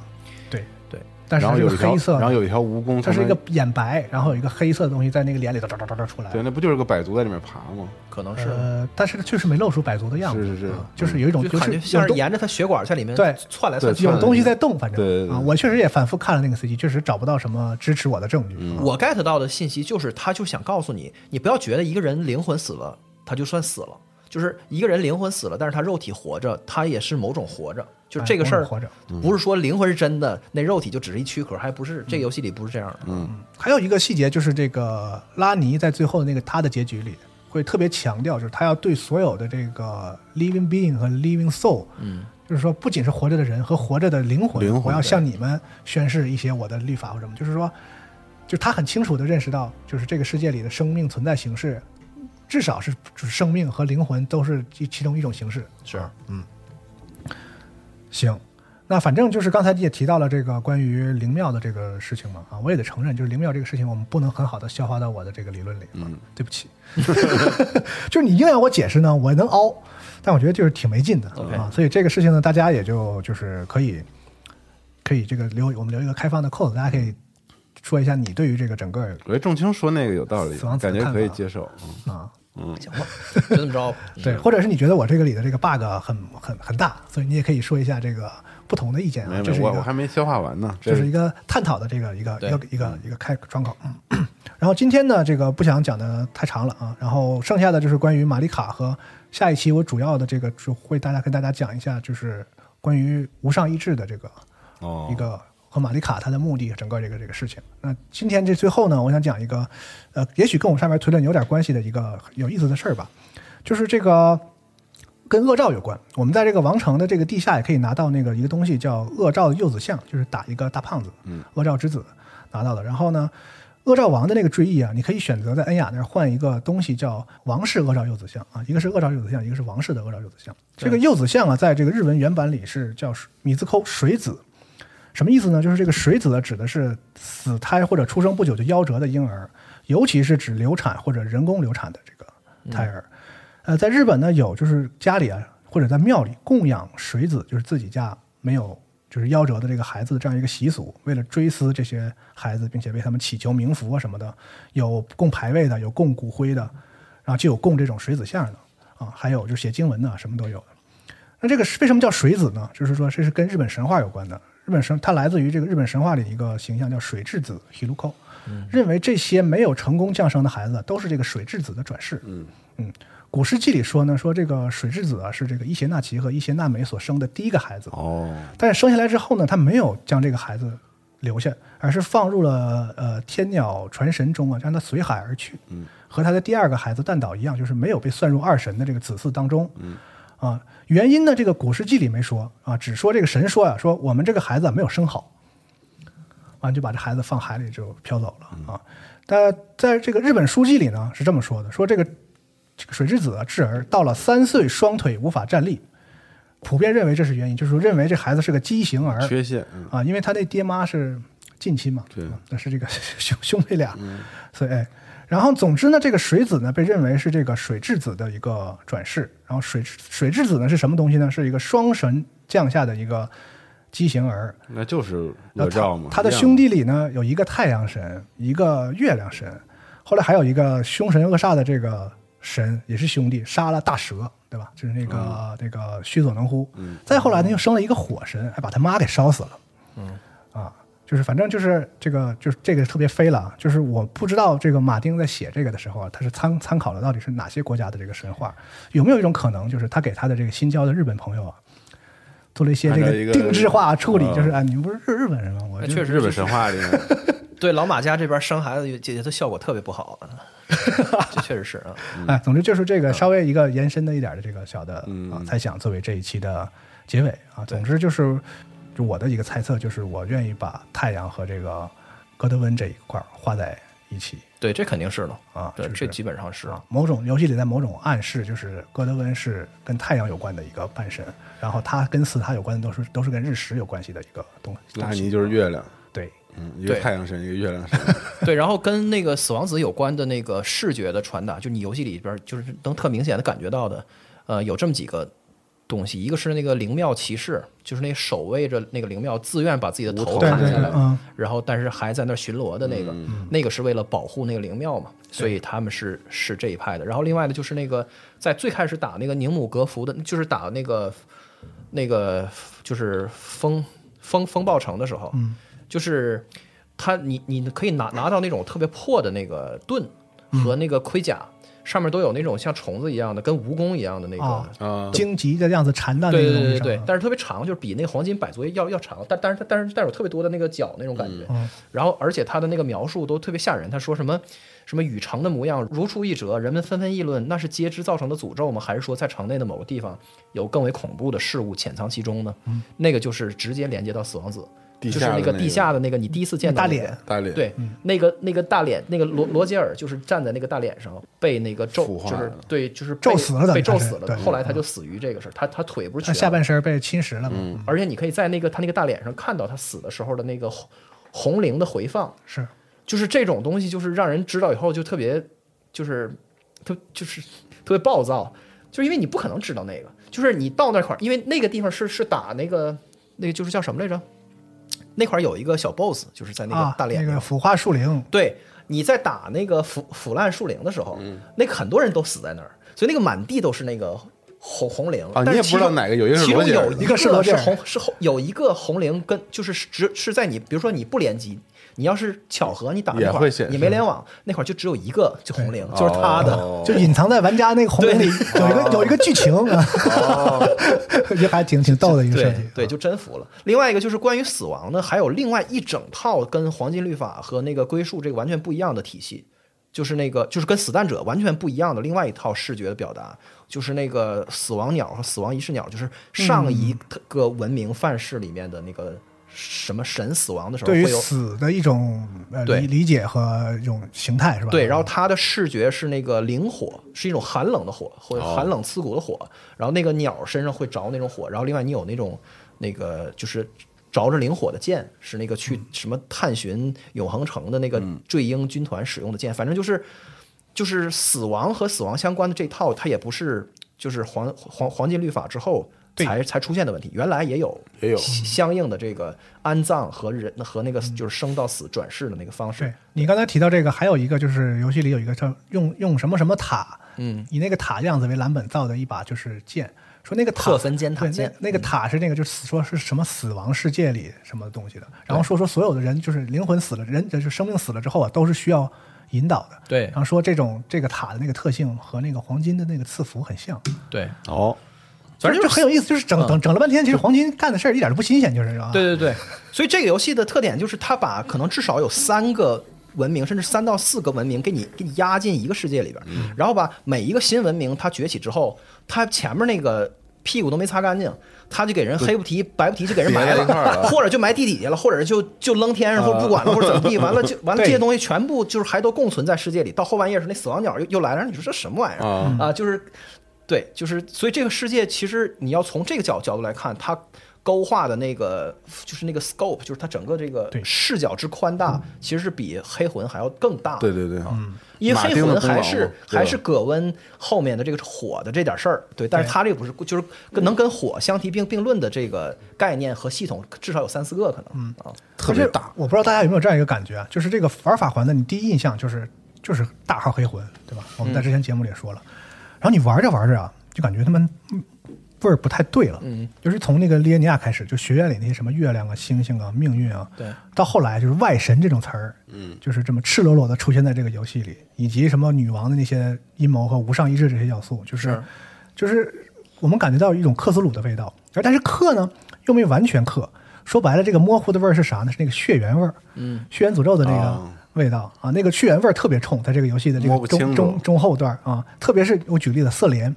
对对，但是然后它是一有个一条黑，色的，然后有一条蜈蚣，它是一个从眼白，然后有一个黑色的东西在那个脸里头哒哒哒哒出来那，对，那不就是个百足在里面爬吗？可能是，呃，但是它确实没露出百足的样子，是是嗯是啊就是有一种就感是觉像有是东沿着它血管在里面对窜来窜去。有东西在动，反正对对对啊，我确实也反复看了那个 CG，确实找不到什么支持我的证据。啊我 get 到的信息就是，他就想告诉你，你不要觉得一个人灵魂死了，他就算死了。就是一个人灵魂死了，但是他肉体活着，他也是某种活着。就这个事哎儿，某种活着不是说灵魂是真的，那肉体就只是一躯壳，还不是这个游戏里不是这样的。嗯，还有一个细节就是这个拉尼在最后那个他的结局里会特别强调，就是他要对所有的这个 living being 和 living soul，嗯，就是说不仅是活着的人和活着的灵魂，灵魂我要向你们宣誓一些我的律法或什么，就是说，就是他很清楚的认识到，就是这个世界里的生命存在形式，至少是就是生命和灵魂都是其其中一种形式，是行，那反正就是刚才你也提到了这个关于灵庙的这个事情嘛，啊，我也得承认，就是灵庙这个事情，我们不能很好的消化到我的这个理论里，嗯，对不起， 就是你硬要我解释呢，我能凹，但我觉得就是挺没劲的 OK 啊，所以这个事情呢，大家也就就是可以可以这个留我们留一个开放的扣子，大家可以说一下你对于这个整个我觉得仲卿说那个有道理死亡，子感觉看可以法接受。嗯啊，行吧，就这么着吧。 嗯对，或者是你觉得我这个里的这个 bug 很很很大，所以你也可以说一下这个不同的意见没啊有，这没是有，一个我我还没消化完呢。这这是一个探讨的这个一个对一个一个一个开窗口。 嗯，然后今天呢，这个不想讲的太长了啊，然后剩下的就是关于玛丽卡和下一期我主要的这个就会大家跟大家讲一下，就是关于无上意志的这个哦一个和玛丽卡她的目的，整个这个这个事情。那今天这最后呢，我想讲一个，呃，也许跟我们上面推论有点关系的一个有意思的事儿吧，就是这个跟恶兆有关。我们在这个王城的这个地下也可以拿到那个一个东西叫恶兆幼子像，就是打一个大胖子，嗯，恶兆之子拿到的。然后呢，恶兆王的那个追忆啊，你可以选择在恩雅那儿换一个东西叫王氏恶兆幼子像啊，一个是恶兆幼子像，一个是王氏的恶兆幼子像。这个幼子像啊，在这个日文原版里是叫米字扣水子。什么意思呢？就是这个水子呢，指的是死胎或者出生不久就夭折的婴儿，尤其是指流产或者人工流产的这个胎儿。呃，在日本呢，有就是家里啊或者在庙里供养水子，就是自己家没有就是夭折的这个孩子的这样一个习俗。为了追思这些孩子，并且为他们祈求冥福啊什么的，有供牌位的，有供骨灰的，然后就有供这种水子像的啊，还有就是写经文的，什么都有。那这个是为什么叫水子呢？就是说这是跟日本神话有关的。日本神它来自于这个日本神话里一个形象叫水质子 Hiruko，认为这些没有成功降生的孩子都是这个水质子的转世。嗯古世纪里说呢，说这个水质子啊是这个伊邪那岐和伊邪那美所生的第一个孩子。哦，但是生下来之后呢，他没有将这个孩子留下，而是放入了呃天鸟传神中啊，让他随海而去。嗯，和他的第二个孩子蛋岛一样，就是没有被算入二神的这个子嗣当中。嗯，啊，原因呢，这个古世纪里没说啊，只说这个神说呀、说我们这个孩子啊没有生好，完就把这孩子放海里就飘走了啊。但在这个日本书记里呢是这么说的，说这个这个水之子啊智儿到了三岁双腿无法站立，普遍认为这是原因，就是说认为这孩子是个畸形儿，缺陷，嗯，啊，因为他那爹妈是近亲嘛，对嗯啊那是这个兄 兄妹俩，所以、哎然后总之呢，这个水子呢被认为是这个水质子的一个转世，然后水水质子呢是什么东西呢？是一个双神降下的一个畸形儿，那就是哪然吒后嘛。他他的一样兄弟里呢有一个太阳神，一个月亮神，后来还有一个凶神恶煞的这个神也是兄弟，杀了大蛇，对吧？就是那个、嗯那个须佐能乎。再后来呢，又生了一个火神，还把他妈给烧死了。嗯，啊，就是反正就是这个就是这个特别飞了啊，就是我不知道这个马丁在写这个的时候啊，他是参参考了到底是哪些国家的这个神话，有没有一种可能，就是他给他的这个新交的日本朋友啊。做了一些这按照一个个定制化处理，嗯就是啊，你们不是日日本人吗？我哎就确实日本神话里面，对老马家这边生孩子也也都效果特别不好，啊 这确实是啊。哎，总之就是嗯这个稍微一个延伸的一点的这个小的、啊猜想，作为这一期的结尾啊。总之就是，就我的一个猜测就是，我愿意把太阳和这个格德温这一块儿画在一起对，这肯定是了啊对， 是这基本上是啊。某种游戏里在某种暗示，就是格德温是跟太阳有关的一个半神，然后他跟四塔有关的都是都是跟日食有关系的一个东嗯西。拉尼就是月亮，对，嗯，一个对太阳神，一个月亮神，对，然后跟那个死亡子有关的那个视觉的传达，就你游戏里边就是能特明显的感觉到的，呃，有这么几个东西，一个是那个灵庙骑士，就是那守卫着那个灵庙，自愿把自己的头对砍对下对来，，嗯，然后但是还在那儿巡逻的那个，那个是为了保护那个灵庙嘛，所以他们是是这一派的。然后另外呢，就是那个在最开始打那个宁姆格福的，就是打那个那个就是风风风暴城的时候，就是他你你可以拿拿到那种特别破的那个盾和那个盔甲，上面都有那种像虫子一样的，跟蜈蚣一样的那个。啊嗯啊，荆棘的样子缠到那对个东对西对上对啊，，但是特别长，就是比那个黄金百足要要长，但但是它但是但是有特别多的那个角那种感觉，嗯然后而且他的那个描述都特别吓人，他说什么什么禹城的模样如出一辙，人们纷纷议论那是皆知造成的诅咒吗？还是说在城内的某个地方有更为恐怖的事物潜藏其中呢？嗯那个就是直接连接到死亡子，地就是下的个那地个下的那个你第一次见到大那个脸大脸，对，嗯那个那个大脸，那个罗罗杰尔就是站在那个大脸上被那个咒腐，化就是了对，就是被咒死了的被他咒是死了对的。后来他就死于这个事儿，他他腿不是啊他瘸下了吗，半身被侵蚀了嘛，嗯而且你可以在那个他那个大脸上看到他死的时候的那个红红绫的回放，是。就是这种东西，就是让人知道以后就特别，就是特就是特别暴躁，就是因为你不可能知道那个，就是你到那块儿，因为那个地方是是打那个那个就是叫什么来着？那块儿有一个小 boss，就是在那啊个，大脸那上个腐化树嗯林，对，你在打那个腐腐烂树林的时候，嗯那个很多人都死在那儿，所以那个满地都是那个红红绫。啊但你也是其不知道中哪个有一个是其罗中杰尔有的一一个是罗杰是尔红是红有一个红绫跟就是是只是在你比如说你不联机。你要是巧合，你打也那块会儿显，示你没联网那块儿就只有一个就红绫，就是他的，哦就隐藏在玩家那个红绫里有一哦个有一个剧情啊， 也还挺挺逗的一个设对计。啊对，就真服了。另外一个就是关于死亡呢，还有另外一整套跟黄金律法和那个归宿这个完全不一样的体系，就是那个就是跟死难者完全不一样的另外一套视觉的表达，就是那个死亡鸟和死亡仪式鸟，就是嗯上一个文明范式里面的那个什么神死亡的时候对会于有。死的一种呃对理理解和一种形态是吧？对，然后它的视觉是那个灵火，是一种寒冷的火，或者寒冷刺骨的火。然后那个鸟身上会着那种火，然后另外你有那种那个就是着着灵火的剑，是那个去什么探寻永恒城的那个坠鹰军团使用的剑。反正就是就是死亡和死亡相关的这套，它也不是就是黄黄黄金律法之后。才才出现的问题，原来也有也有相应的这个安葬和人和那个就是生到死转世的那个方式对，你刚才提到这个，还有一个就是游戏里有一个叫用用什么什么塔，嗯，以那个塔样子为蓝本造的一把就是剑，说那个塔特分尖塔对剑那那个塔是那个就是死说是什么死亡世界里什么东西的，然后说说所有的人就是灵魂死了，人就是生命死了之后啊，都是需要引导的，对然后说这种这个塔的那个特性和那个黄金的那个赐福很像，对，哦，反就正嗯就就很有意思，就是整整整了半天，其实黄金干的事儿一点都不新鲜，就是啊啊是吧？对对对， 所以这个游戏的特点就是它把可能至少有三个文明，甚至三到四个文明给你给你压进一个世界里边儿，嗯然后把每一个新文明它崛起之后，它前面那个。屁股都没擦干净，他就给人黑不提白不提，就给人埋叠在一块儿了 或者就埋地底下了，或者就就扔天上，或者不管了，或者怎么地，完了就 完了，这些东西全部就是还都共存在世界里。到后半夜时，那死亡鸟又又来了，你说这什么玩意儿嗯啊啊？就是对，就是所以这个世界其实你要从这个角角度来看，它勾画的那个就是那个 scope，就是它整个这个对嗯视角之宽大，其实是比黑魂还要更大。啊对，对对，嗯，因为马黑丁的魂功劳还嘛是对吧还是葛温后面的这个火的这点事儿，对，但是对嗯他这个不是就是跟能跟火相提并并论的这个概念和系统，至少有三四个可能。嗯啊，特别大，我不知道大家有没有这样一个感觉啊，就是这个玩法环的，你第一印象就是就是大号黑魂，对吧？我们嗯在之前节目里也说了，然后你玩着玩着啊，就感觉他们嗯味儿不太对了，嗯，就是从那个列尼亚开始，就学院里那些什么月亮啊、星星啊、命运啊，对，到后来就是外神这种词儿，嗯，就是这么赤裸裸的出现在这个游戏里，以及什么女王的那些阴谋和无上意志这些要素，就是就是我们感觉到一种克苏鲁的味道，而但是克呢又没完全克，说白了这个模糊的味儿是啥呢？是那个血缘味儿，嗯，血缘诅咒的那个哦味道、啊，那个血缘味儿特别冲，在这个游戏的这摸个不中清楚中中后段啊，特别是我举例子瑟莲。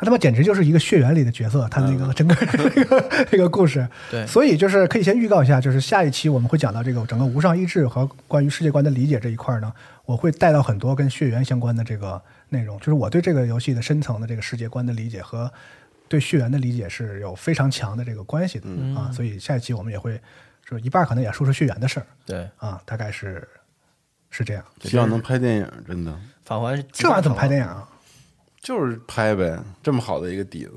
他他妈简直就是一个血缘里的角色，他那嗯个整个 这个这个故事，对所以就是可以先预告一下，就是下一期我们会讲到这个整个无上意志和关于世界观的理解这一块呢，我会带到很多跟血缘相关的这个内容，就是我对这个游戏的深层的这个世界观的理解和对血缘的理解是有非常强的这个关系的、嗯啊，所以下一期我们也会说一半儿可能也说说血缘的事儿对，啊，大概是是这样。希望能拍电影，真的返还这玩意儿怎么拍的？电影啊？就是拍呗，这么好的一个底子，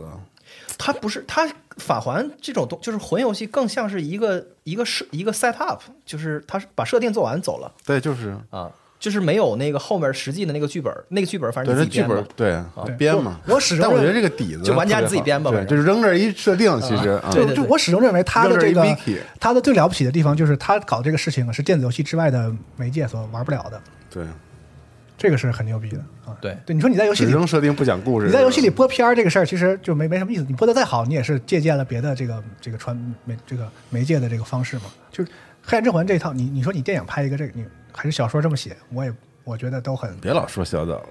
它不是它返还这种东，就是魂游戏更像是一个一个设一个 set up，就是它是把设定做完走了对，就是啊，就是没有那个后面实际的那个剧本，那个剧本反正对，你这自己剧编吧本对对编嘛，我我始终但我觉得认这个底子就玩家特别自己好编吧对，反正就是扔这儿一设定，其实啊，对对就我始终认为他的这扔这个儿一 Wiki 他的最了不起的地方就是他搞这个事情是电子游戏之外的媒介所玩不了的，对，这个是很牛逼的啊。对对，你说你在游戏只里扔设定不讲故事，你在游戏里播片儿这个事儿，其实就没没什么意思。你播的再好，你也是借鉴了别的这个这个传媒这个媒介的这个方式嘛。就是《黑暗之魂》这一套，你你说你电影拍一个这个，你还是小说这么写，我也我觉得都很别老说小岛了，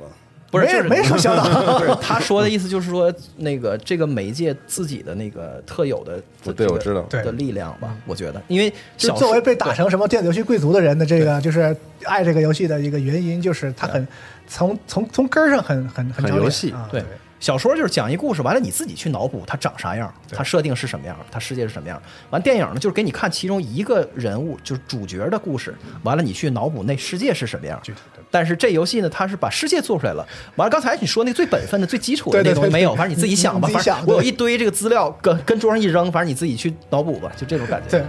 不是没就是 没什么小岛不是他说的意思就是说，那个这个媒介自己的那个特有的，我对这个我知道对的力量吧，我觉得，因为就小作为被对打成什么电子游戏贵族的人的这个，就是爱这个游戏的一个原因，就是他很从从从根儿上很很很很着眼游戏啊，对，小说就是讲一故事，完了你自己去脑补它长啥样，它设定是什么样，它世界是什么样。完电影呢，就是给你看其中一个人物，就是主角的故事，完了你去脑补那世界是什么样具体的。但是这游戏呢，它是把世界做出来了。完了，刚才你说那最本分的、最基础的对那对东西对没有，对反正你自己想吧。你自反己想正我有对一堆这个资料跟跟桌上一扔，反正你自己去脑补吧，就这种感觉。对。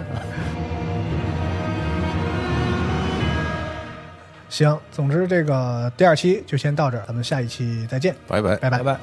行，总之这个第二期就先到这儿，咱们下一期再见，拜拜。拜拜。